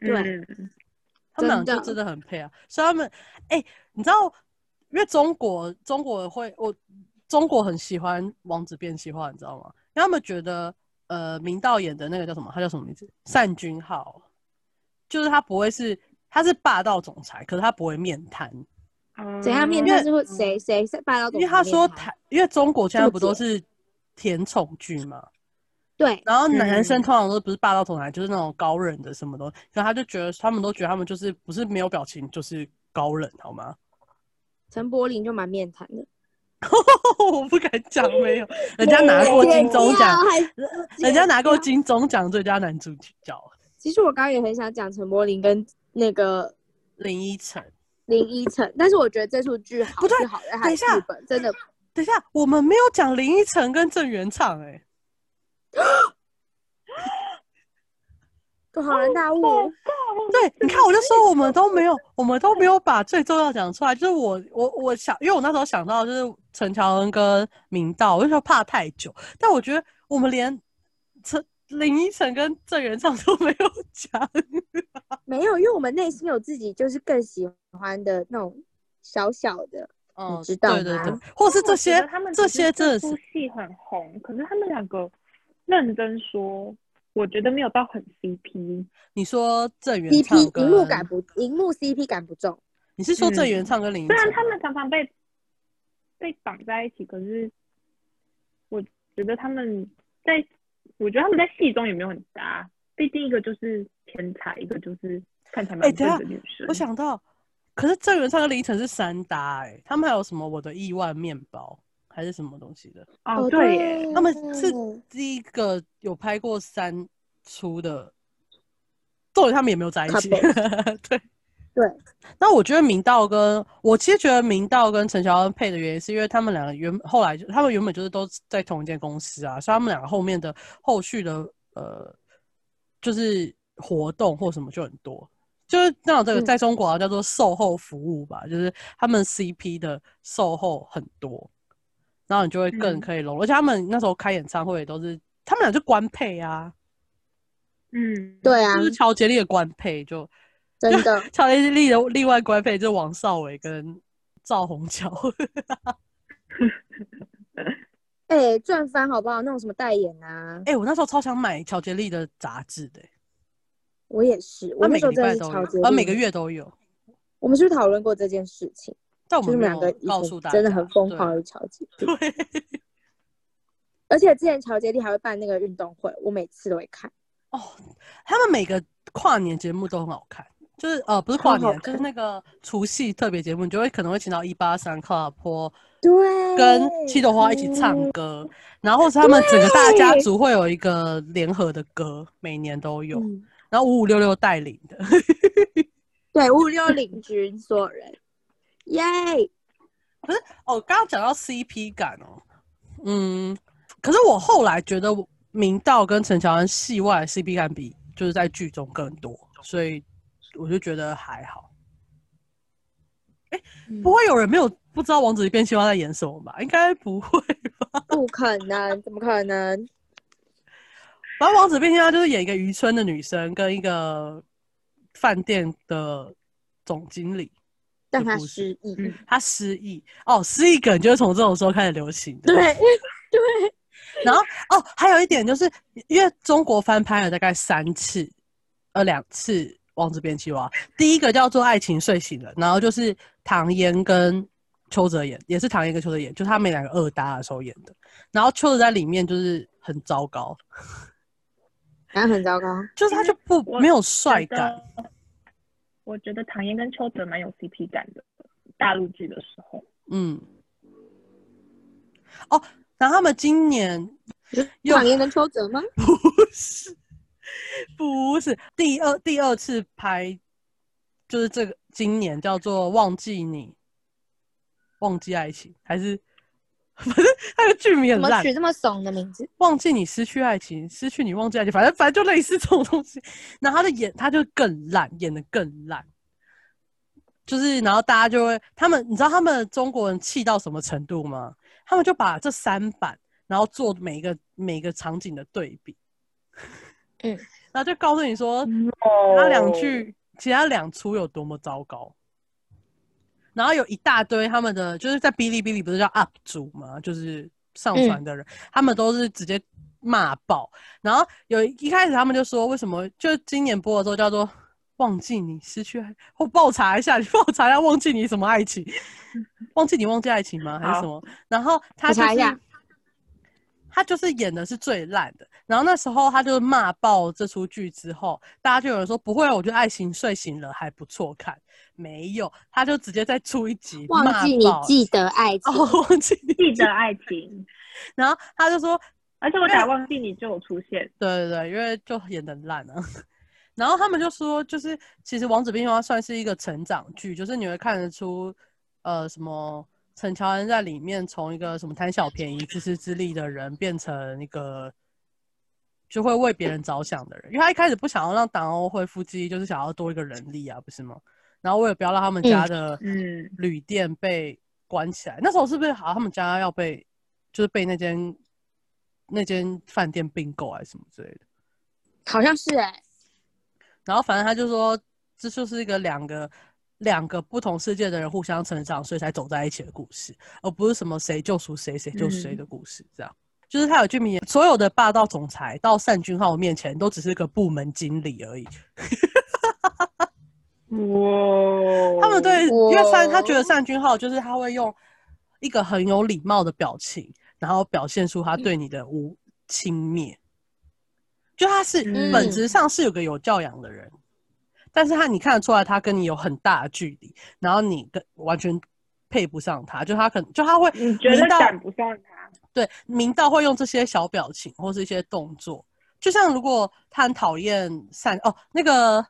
Speaker 2: 对，
Speaker 3: 他们俩
Speaker 4: 真
Speaker 3: 就
Speaker 4: 的
Speaker 3: 真的很配啊。所以他们，哎、你知道，因为中国中国会我中国很喜欢《王子变青蛙》，你知道吗？因为他们觉得，呃，明道演的那个叫什么？他叫什么名字？单君浩，就是他不会是他是霸道总裁，可是他不会面瘫，
Speaker 2: 哦
Speaker 4: 怎样面
Speaker 3: 因为
Speaker 4: 对是会谁谁谁霸道总裁面？
Speaker 3: 因为他说
Speaker 4: 他
Speaker 3: 台，因为中国现在
Speaker 4: 这么
Speaker 3: 不都
Speaker 4: 解
Speaker 3: 是甜宠剧嘛，
Speaker 4: 对，
Speaker 3: 然后男
Speaker 2: 嗯
Speaker 3: 生通常都不是霸道总裁，就是那种高冷的什么东西，然后他就觉得他们都觉得他们就是不是没有表情就是高冷，好吗？
Speaker 4: 陈柏霖就蛮面瘫的，
Speaker 3: 我不敢讲，没有，人家拿过金钟奖，
Speaker 4: 还
Speaker 3: 人家拿过金钟奖最佳男主角
Speaker 4: 其实我刚刚也很想讲陈柏霖跟那个
Speaker 3: 林依晨。
Speaker 4: 林依晨，但是我觉得这出剧好
Speaker 3: 不对
Speaker 4: 是好在
Speaker 3: 等
Speaker 4: 它
Speaker 3: 一
Speaker 4: 的
Speaker 3: 下
Speaker 4: 剧本真的
Speaker 3: 等一下，我们没有讲林依晨跟郑元畅、欸，
Speaker 4: 恍
Speaker 3: 啊
Speaker 4: 然大悟。
Speaker 3: 对，你看，我就说我们都没有，我们都没有把最重要讲出来。就是我，我，我想，因为我那时候想到就是陈乔恩跟明道，我就说怕太久，但我觉得我们连陈林依晨跟郑元畅 都没有讲。
Speaker 4: 没有，因为我们内心有自己就是更喜欢的那种小小的，
Speaker 3: 哦，
Speaker 4: 知道
Speaker 3: 对对对
Speaker 4: 吗，
Speaker 3: 或是这
Speaker 2: 我觉
Speaker 3: 些
Speaker 2: 得他们
Speaker 3: 这
Speaker 2: 只是
Speaker 3: 些真的
Speaker 2: 出
Speaker 3: 是
Speaker 2: 戏很红，可是他们两个认真说，我觉得没有到很 CP。
Speaker 3: 你说郑元畅
Speaker 4: CP 荧幕
Speaker 3: 跟
Speaker 4: 感不荧幕 CP 感不重，
Speaker 3: 你是说郑元
Speaker 2: 嗯
Speaker 3: 畅跟林依
Speaker 2: 虽
Speaker 3: 晨吗？
Speaker 2: 然他们常常被被绑在一起，可是我觉得他们在，我觉得他们在戏中也没有很搭。毕竟一个就是天才，一个就是看起来
Speaker 3: 哎
Speaker 2: 蛮正
Speaker 3: 等一下
Speaker 2: 的女生。
Speaker 3: 我想到，可是郑元畅跟林依晨是三搭哎、他们还有什么我的意外面包还是什么东西的？
Speaker 2: 哦，对耶，
Speaker 4: 对
Speaker 3: 他们是第一个有拍过三出的，重点他们也没有在一起。 对
Speaker 4: 对。
Speaker 3: 那我觉得明道跟我其实觉得明道跟陈乔恩配的原因，是因为他们两个原后来就他们原本就是都在同一间公司啊，所以他们两个后面的后续的呃，就是活动或什么就很多。就是那种这个
Speaker 4: 嗯
Speaker 3: 在中国、啊、叫做售后服务吧，就是他们 CP 的售后很多，然后你就会更
Speaker 2: 嗯
Speaker 3: 可以融入。而且他们那时候开演唱会也都是他们俩就官配啊，
Speaker 2: 嗯，
Speaker 4: 对啊
Speaker 3: 就，是乔杰利的官配，就
Speaker 4: 真 的
Speaker 3: 乔杰利的另外官配就是王少伟跟赵虹桥。
Speaker 4: 哎赚翻好不好？那种什么代言啊，
Speaker 3: 哎、我那时候超想买乔杰利的杂志的、
Speaker 4: 我也是，
Speaker 3: 他
Speaker 4: 我那
Speaker 3: 每
Speaker 4: 时
Speaker 3: 个
Speaker 4: 候
Speaker 3: 礼
Speaker 4: 真的
Speaker 3: 拜
Speaker 4: 是
Speaker 3: 都
Speaker 4: 超
Speaker 3: 有
Speaker 4: 级，
Speaker 3: 啊，每个月都有，
Speaker 4: 我们是不是讨论过这件事情？
Speaker 3: 但我
Speaker 4: 就是
Speaker 3: 们
Speaker 4: 我
Speaker 3: 没
Speaker 4: 们两个
Speaker 3: 有
Speaker 4: 以
Speaker 3: 告
Speaker 4: 前
Speaker 3: 诉大家，
Speaker 4: 真的很疯
Speaker 3: 对
Speaker 4: 狂的乔杰利，
Speaker 3: 对，
Speaker 4: 而且之前乔杰利还会办那个运动会，我每次都会看。
Speaker 3: 哦，他们每个跨年节目都很好看，就是呃不是跨
Speaker 4: 超好
Speaker 3: 年，
Speaker 4: 看
Speaker 3: 就是那个除夕特别节目，你就会可能会请到一八三 club 或
Speaker 4: 哦对，嗯
Speaker 3: 跟七朵花一起
Speaker 4: 哦
Speaker 3: 唱歌，然后是他们整个大家族会有一个联合的歌，每年都有，
Speaker 4: 嗯
Speaker 3: 然后五五六六带领的，
Speaker 4: 对，五六领军所有人，耶！
Speaker 3: 哦，刚刚讲到 CP 感哦，嗯，可是我后来觉得明道跟陈乔恩戏外的 CP 感比就是在剧中更多，所以我就觉得还好。哎、
Speaker 4: 嗯
Speaker 3: 不会有人没有不知道《王子一变青蛙》在演什么吧？应该不会吧？
Speaker 4: 不可能，怎么可能？
Speaker 3: 反正《王子变青蛙》就是演一个渔村的女生跟一个饭店的总经理，
Speaker 4: 让他
Speaker 3: 故事
Speaker 4: 失忆。
Speaker 2: 嗯
Speaker 3: 她失忆哦，失忆梗就是从这种时候开始流行的。
Speaker 4: 对对，
Speaker 3: 然后哦，还有一点就是，因为中国翻拍了大概三次，呃，两次《王子变青蛙》，第一个叫做《爱情睡醒了》，然后就是唐嫣跟邱泽演，也是唐嫣跟邱泽演，就他们两个二搭的时候演的。然后邱泽在里面就是很糟糕，
Speaker 4: 然后很糟糕。
Speaker 3: 就是他就不
Speaker 2: 我
Speaker 3: 没有帅感。
Speaker 2: 觉得。我觉得唐嫣跟邱泽蛮有 CP 感的，大陆剧的时候。
Speaker 3: 嗯，哦，然后他们今年又
Speaker 4: 唐嫣跟邱泽吗？
Speaker 3: 不是，不是第二第二次拍，就是这个今年叫做《忘记你》，忘记爱情还是反正那个剧名
Speaker 4: 怎
Speaker 3: 很
Speaker 4: 么
Speaker 3: 烂
Speaker 4: 取，这么怂的名字？
Speaker 3: 忘记你，失去爱情，失去你，忘记爱情，反正反正就类似这种东西。然后他的演，他就更烂，演的更烂。就是，然后大家就会，他们，你知道他们中国人气到什么程度吗？他们就把这三版，然后做每一个每一个场景的对比，
Speaker 4: 嗯，
Speaker 3: 然后就告诉你说，其他
Speaker 2: 那
Speaker 3: 两
Speaker 4: 哦
Speaker 3: 句，其他两出有多么糟糕。然后有一大堆他们的，就是在哔哩哔哩不是叫 UP 主吗？就是上传的人，
Speaker 4: 嗯
Speaker 3: 他们都是直接骂爆。然后有一开始他们就说，为什么就今年播的时候叫做“忘记你失去爱”，我爆查一下，你爆查一下忘记你什么爱情， 忘记你忘记爱情吗？还是
Speaker 2: 好
Speaker 3: 什么？然后他
Speaker 4: 我
Speaker 3: 就
Speaker 4: 查一
Speaker 3: 是
Speaker 4: 下
Speaker 3: 他就是演的是最烂的。然后那时候他就骂爆这出剧之后，大家就有人说不会，啊我觉得《爱情睡醒了》还不错看。没有，他就直接再出一集
Speaker 4: 忘
Speaker 3: 骂
Speaker 4: 记你
Speaker 3: 爆
Speaker 4: 记得爱情，
Speaker 3: 哦，忘记你。
Speaker 2: 记得爱情，
Speaker 3: 然后他就说，
Speaker 2: 而且我打忘记你就有出现。
Speaker 3: 对对对，因为就演的烂啊。 然后他们就说，就是其实《王子变青蛙》算是一个成长剧，就是你会看得出，呃，什么陈乔恩在里面从一个什么贪小便宜、自私自利的人，变成一个就会为别人着想的人。因为他一开始不想要让党欧恢复记忆，就是想要多一个人力啊，不是吗？然后为了不要让他们家的
Speaker 2: 嗯，
Speaker 3: 旅店被关起来，那时候是不是好像他们家要被就是被那间那间饭店并购还是什么之类的？
Speaker 1: 好像是哎、
Speaker 3: 然后反正他就说，这就是一个两个两个不同世界的人互相成长，所以才走在一起的故事，而不是什么谁救赎谁，谁救谁的故事。这样、就是他有句名言：所有的霸道总裁到单俊浩面前都只是个部门经理而已。
Speaker 2: 哇，
Speaker 3: 他们对，因为单他觉得
Speaker 1: 我
Speaker 3: 单俊浩就是他会用一个很有礼貌的表情，然后表现出他对你的无轻蔑，就他是
Speaker 2: 嗯
Speaker 3: 本质上是有个有教养的人，但是他你看得出来他跟你有很大的距离，然后你跟完全配不上他，就他可能就他会
Speaker 2: 你觉得
Speaker 3: 明道
Speaker 2: 赶不上他？
Speaker 3: 对，明道会用这些小表情或是一些动作，就像如果他很讨厌善哦，那个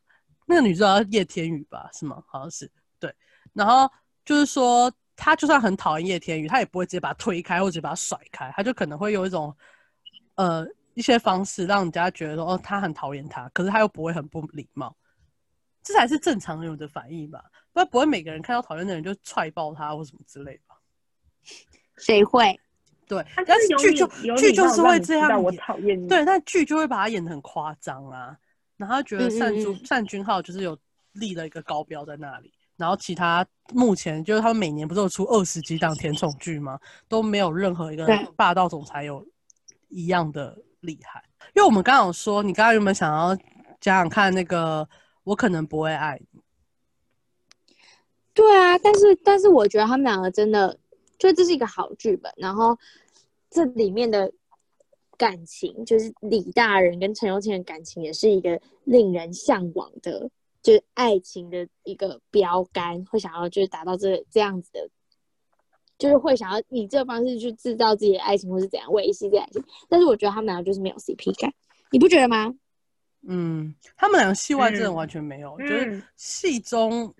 Speaker 3: 那个女主角叫叶天宇吧，是吗？好像是对，然后就是说他就算很讨厌叶天宇，他也不会直接把他推开或者把他甩开，他就可能会有一种呃一些方式让人家觉得说哦他很讨厌他，可是他又不会很不礼貌，这才是正常人有的反应吧，不然不会每个人看到讨厌的人就踹爆他或什么之类吧。
Speaker 5: 谁会？
Speaker 3: 对
Speaker 2: 他，
Speaker 3: 但
Speaker 2: 是
Speaker 3: 是剧就
Speaker 2: 有
Speaker 3: 剧就是会这样演，
Speaker 2: 我讨厌你。
Speaker 3: 对，但剧就会把它演得很夸张啊，然后他觉
Speaker 5: 嗯
Speaker 3: 得
Speaker 5: 嗯
Speaker 3: 单
Speaker 5: 嗯
Speaker 3: 君单君浩就是有立了一个高标在那里，然后其他目前就是他们每年不是有出二十几档甜宠剧吗？都没有任何一个
Speaker 5: 对
Speaker 3: 霸道总裁有一样的厉害。因为我们刚刚有说，你刚刚有没有想要想想看那个我可能不会爱你？
Speaker 1: 对啊，但是但是我觉得他们两个真的，就这是一个好剧本。然后这里面的感情，就是李大人跟陈又青的感情，也是一个令人向往的，就是爱情的一个标杆，会想要就是达到这这样子的，就是会想要以这方式去制造自己的爱情，或是怎样维系自己的爱情。但是我觉得他们两个就是没有 CP 感，你不觉得吗？
Speaker 3: 嗯，他们两个戏外真的
Speaker 2: 嗯
Speaker 3: 完全没有，
Speaker 2: 嗯
Speaker 3: 就是戏中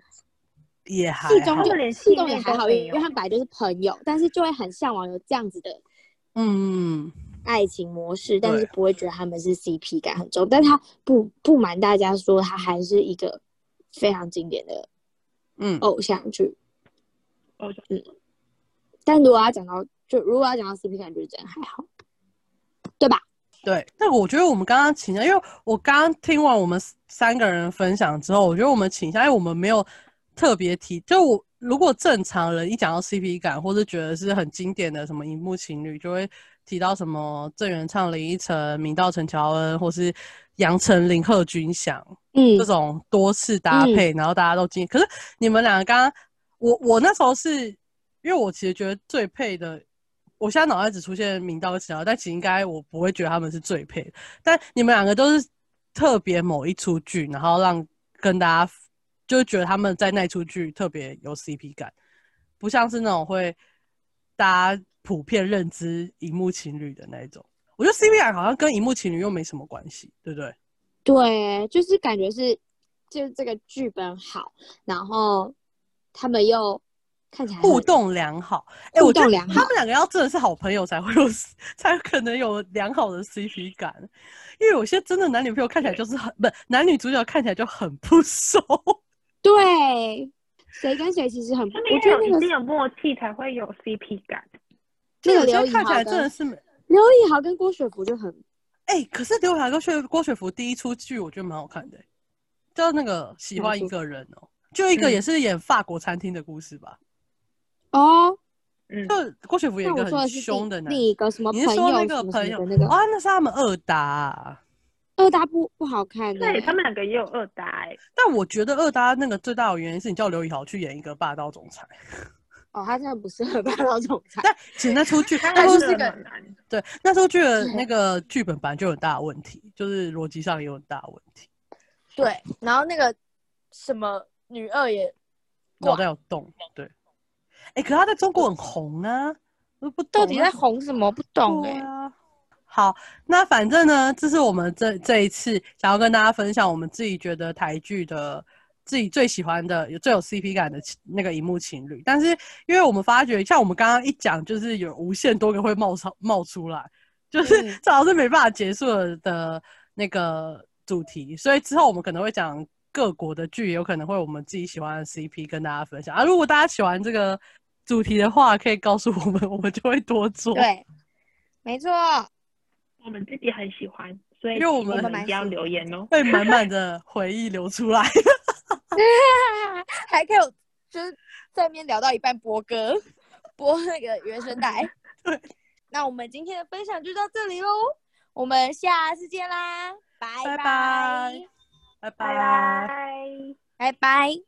Speaker 3: 也还
Speaker 1: 戏中
Speaker 3: 好嗯
Speaker 2: 就
Speaker 1: 就
Speaker 2: 连
Speaker 1: 戏
Speaker 2: 戏
Speaker 1: 中也
Speaker 2: 内
Speaker 1: 还
Speaker 2: 都
Speaker 1: 好，
Speaker 2: 没
Speaker 1: 因为他
Speaker 2: 有
Speaker 1: 们本来就是朋友，但是就会很向往有这样子的
Speaker 3: 嗯嗯。嗯
Speaker 1: 爱情模式，但
Speaker 3: 对
Speaker 1: 是不会觉得他们是 CP 感很重。但他不不瞒大家说，他还是一个非常经典的
Speaker 3: 嗯
Speaker 1: 偶像剧。
Speaker 2: 偶像
Speaker 1: 嗯，但如果要讲到，就如果要讲到 CP 感，就是真的还好，对吧？
Speaker 3: 对，那我觉得我们刚刚请假，因为我刚刚听完我们三个人分享之后，我觉得我们请假，因为我们没有特别提，就我如果正常人一讲到 CP 感，或者觉得是很经典的什么荧幕情侣，就会提到什么郑元畅、林依晨、明道、陈乔恩，或是杨丞琳、贺军翔，
Speaker 1: 嗯
Speaker 3: 这，种多次搭配，然后大家都进。可是你们两个刚刚，我我那时候是因为我其实觉得最配的，我现在脑袋只出现明道跟陈瑶，但其实应该我不会觉得他们是最配的。但你们两个都是特别某一出剧，然后让跟大家就是觉得他们在那出剧特别有 CP 感，不像是那种会大家普遍认知荧幕情侣的那一种。我觉得 CP 感好像跟荧幕情侣又没什么关系，对不对？
Speaker 1: 对，就是感觉是，就是这个剧本好，然后他们又看起来很
Speaker 3: 互动良好。哎、
Speaker 1: 互
Speaker 3: 我觉得
Speaker 1: 动良好
Speaker 3: 他们两个要真的是好朋友才会有， 才有可能有良好的 CP 感。因为有些真的男女朋友看起来就是很不，男女主角看起来就很不 熟。
Speaker 1: 对，谁跟谁其实很，
Speaker 2: 他
Speaker 1: 我
Speaker 2: 们
Speaker 1: 觉
Speaker 2: 要
Speaker 1: 得
Speaker 2: 有
Speaker 1: 那个
Speaker 2: 一定的默契才会有 CP 感。
Speaker 1: 那个
Speaker 3: 就有
Speaker 1: 刘
Speaker 3: 些
Speaker 1: 以
Speaker 3: 看起来
Speaker 1: 豪
Speaker 3: 真的
Speaker 1: 跟
Speaker 3: 是没。
Speaker 1: 刘以豪跟郭雪芙就很
Speaker 3: 哎、可是刘海跟薛郭雪芙第一出剧我觉得蛮好看的、叫那个喜欢一个人哦、就一
Speaker 2: 嗯
Speaker 3: 个也是演法国餐厅的故事吧。
Speaker 1: 哦，
Speaker 2: 嗯，
Speaker 3: 就郭雪芙演
Speaker 1: 那
Speaker 3: 一个
Speaker 1: 我说
Speaker 3: 很
Speaker 1: 的是
Speaker 3: 凶的
Speaker 1: 另
Speaker 3: 男
Speaker 1: 另一个什么
Speaker 3: 你
Speaker 1: 朋
Speaker 3: 是
Speaker 1: 友
Speaker 3: 说那
Speaker 1: 什
Speaker 3: 个
Speaker 1: 么
Speaker 3: 朋
Speaker 1: 什
Speaker 3: 友
Speaker 1: 么的那个
Speaker 3: 啊？那是他们二搭啊、
Speaker 1: 二大不不好看呢、
Speaker 2: 对他们两个也有二搭哎，
Speaker 3: 但我觉得二搭那个最大的原因是你叫刘以豪去演一个霸道总裁，
Speaker 1: 哦，他真的不适合霸道总裁。
Speaker 3: 但其实那出 剧
Speaker 2: 他
Speaker 3: 那
Speaker 2: 们
Speaker 3: 出
Speaker 1: 就
Speaker 2: 真
Speaker 1: 是嗯
Speaker 2: 的
Speaker 1: 个
Speaker 2: 很难。
Speaker 3: 对那出剧的
Speaker 1: 对
Speaker 3: 那个剧本本来就有很大的问题，就是逻辑上也有很大的问题，
Speaker 1: 对，然后那个什么女二也，哇
Speaker 3: 脑袋有洞。对，哎、可是他在中国很红啊，我不懂
Speaker 1: 到底
Speaker 3: 啊
Speaker 1: 在红什么？不懂哎、
Speaker 3: 对啊。好，那反正呢，这是我们这这一次想要跟大家分享我们自己觉得台剧的自己最喜欢的、有最有 CP 感的情那个荧幕情侣。但是因为我们发觉，像我们刚刚一讲，就是有无限多个会冒出冒出来，就是
Speaker 1: 嗯
Speaker 3: 这好像是没办法结束的那个主题，所以之后我们可能会讲各国的剧，也有可能会我们自己喜欢的 CP 跟大家分享啊。如果大家喜欢这个主题的话，可以告诉
Speaker 1: 欸
Speaker 3: 我们，我们就会多做。
Speaker 1: 对，没错，
Speaker 2: 我们自己很喜欢，所以
Speaker 3: 因为我
Speaker 2: 请
Speaker 3: 们
Speaker 2: 你一定要留言哦。
Speaker 3: 被满满的回忆流出 来。
Speaker 1: 还可以有就是在面聊到一半播歌，播那个原声 带。
Speaker 3: 对，
Speaker 1: 那我们今天的分享就到这里喽，我们下次见啦，拜
Speaker 3: 拜
Speaker 1: 拜
Speaker 3: 拜拜
Speaker 2: 拜拜。
Speaker 1: 拜拜。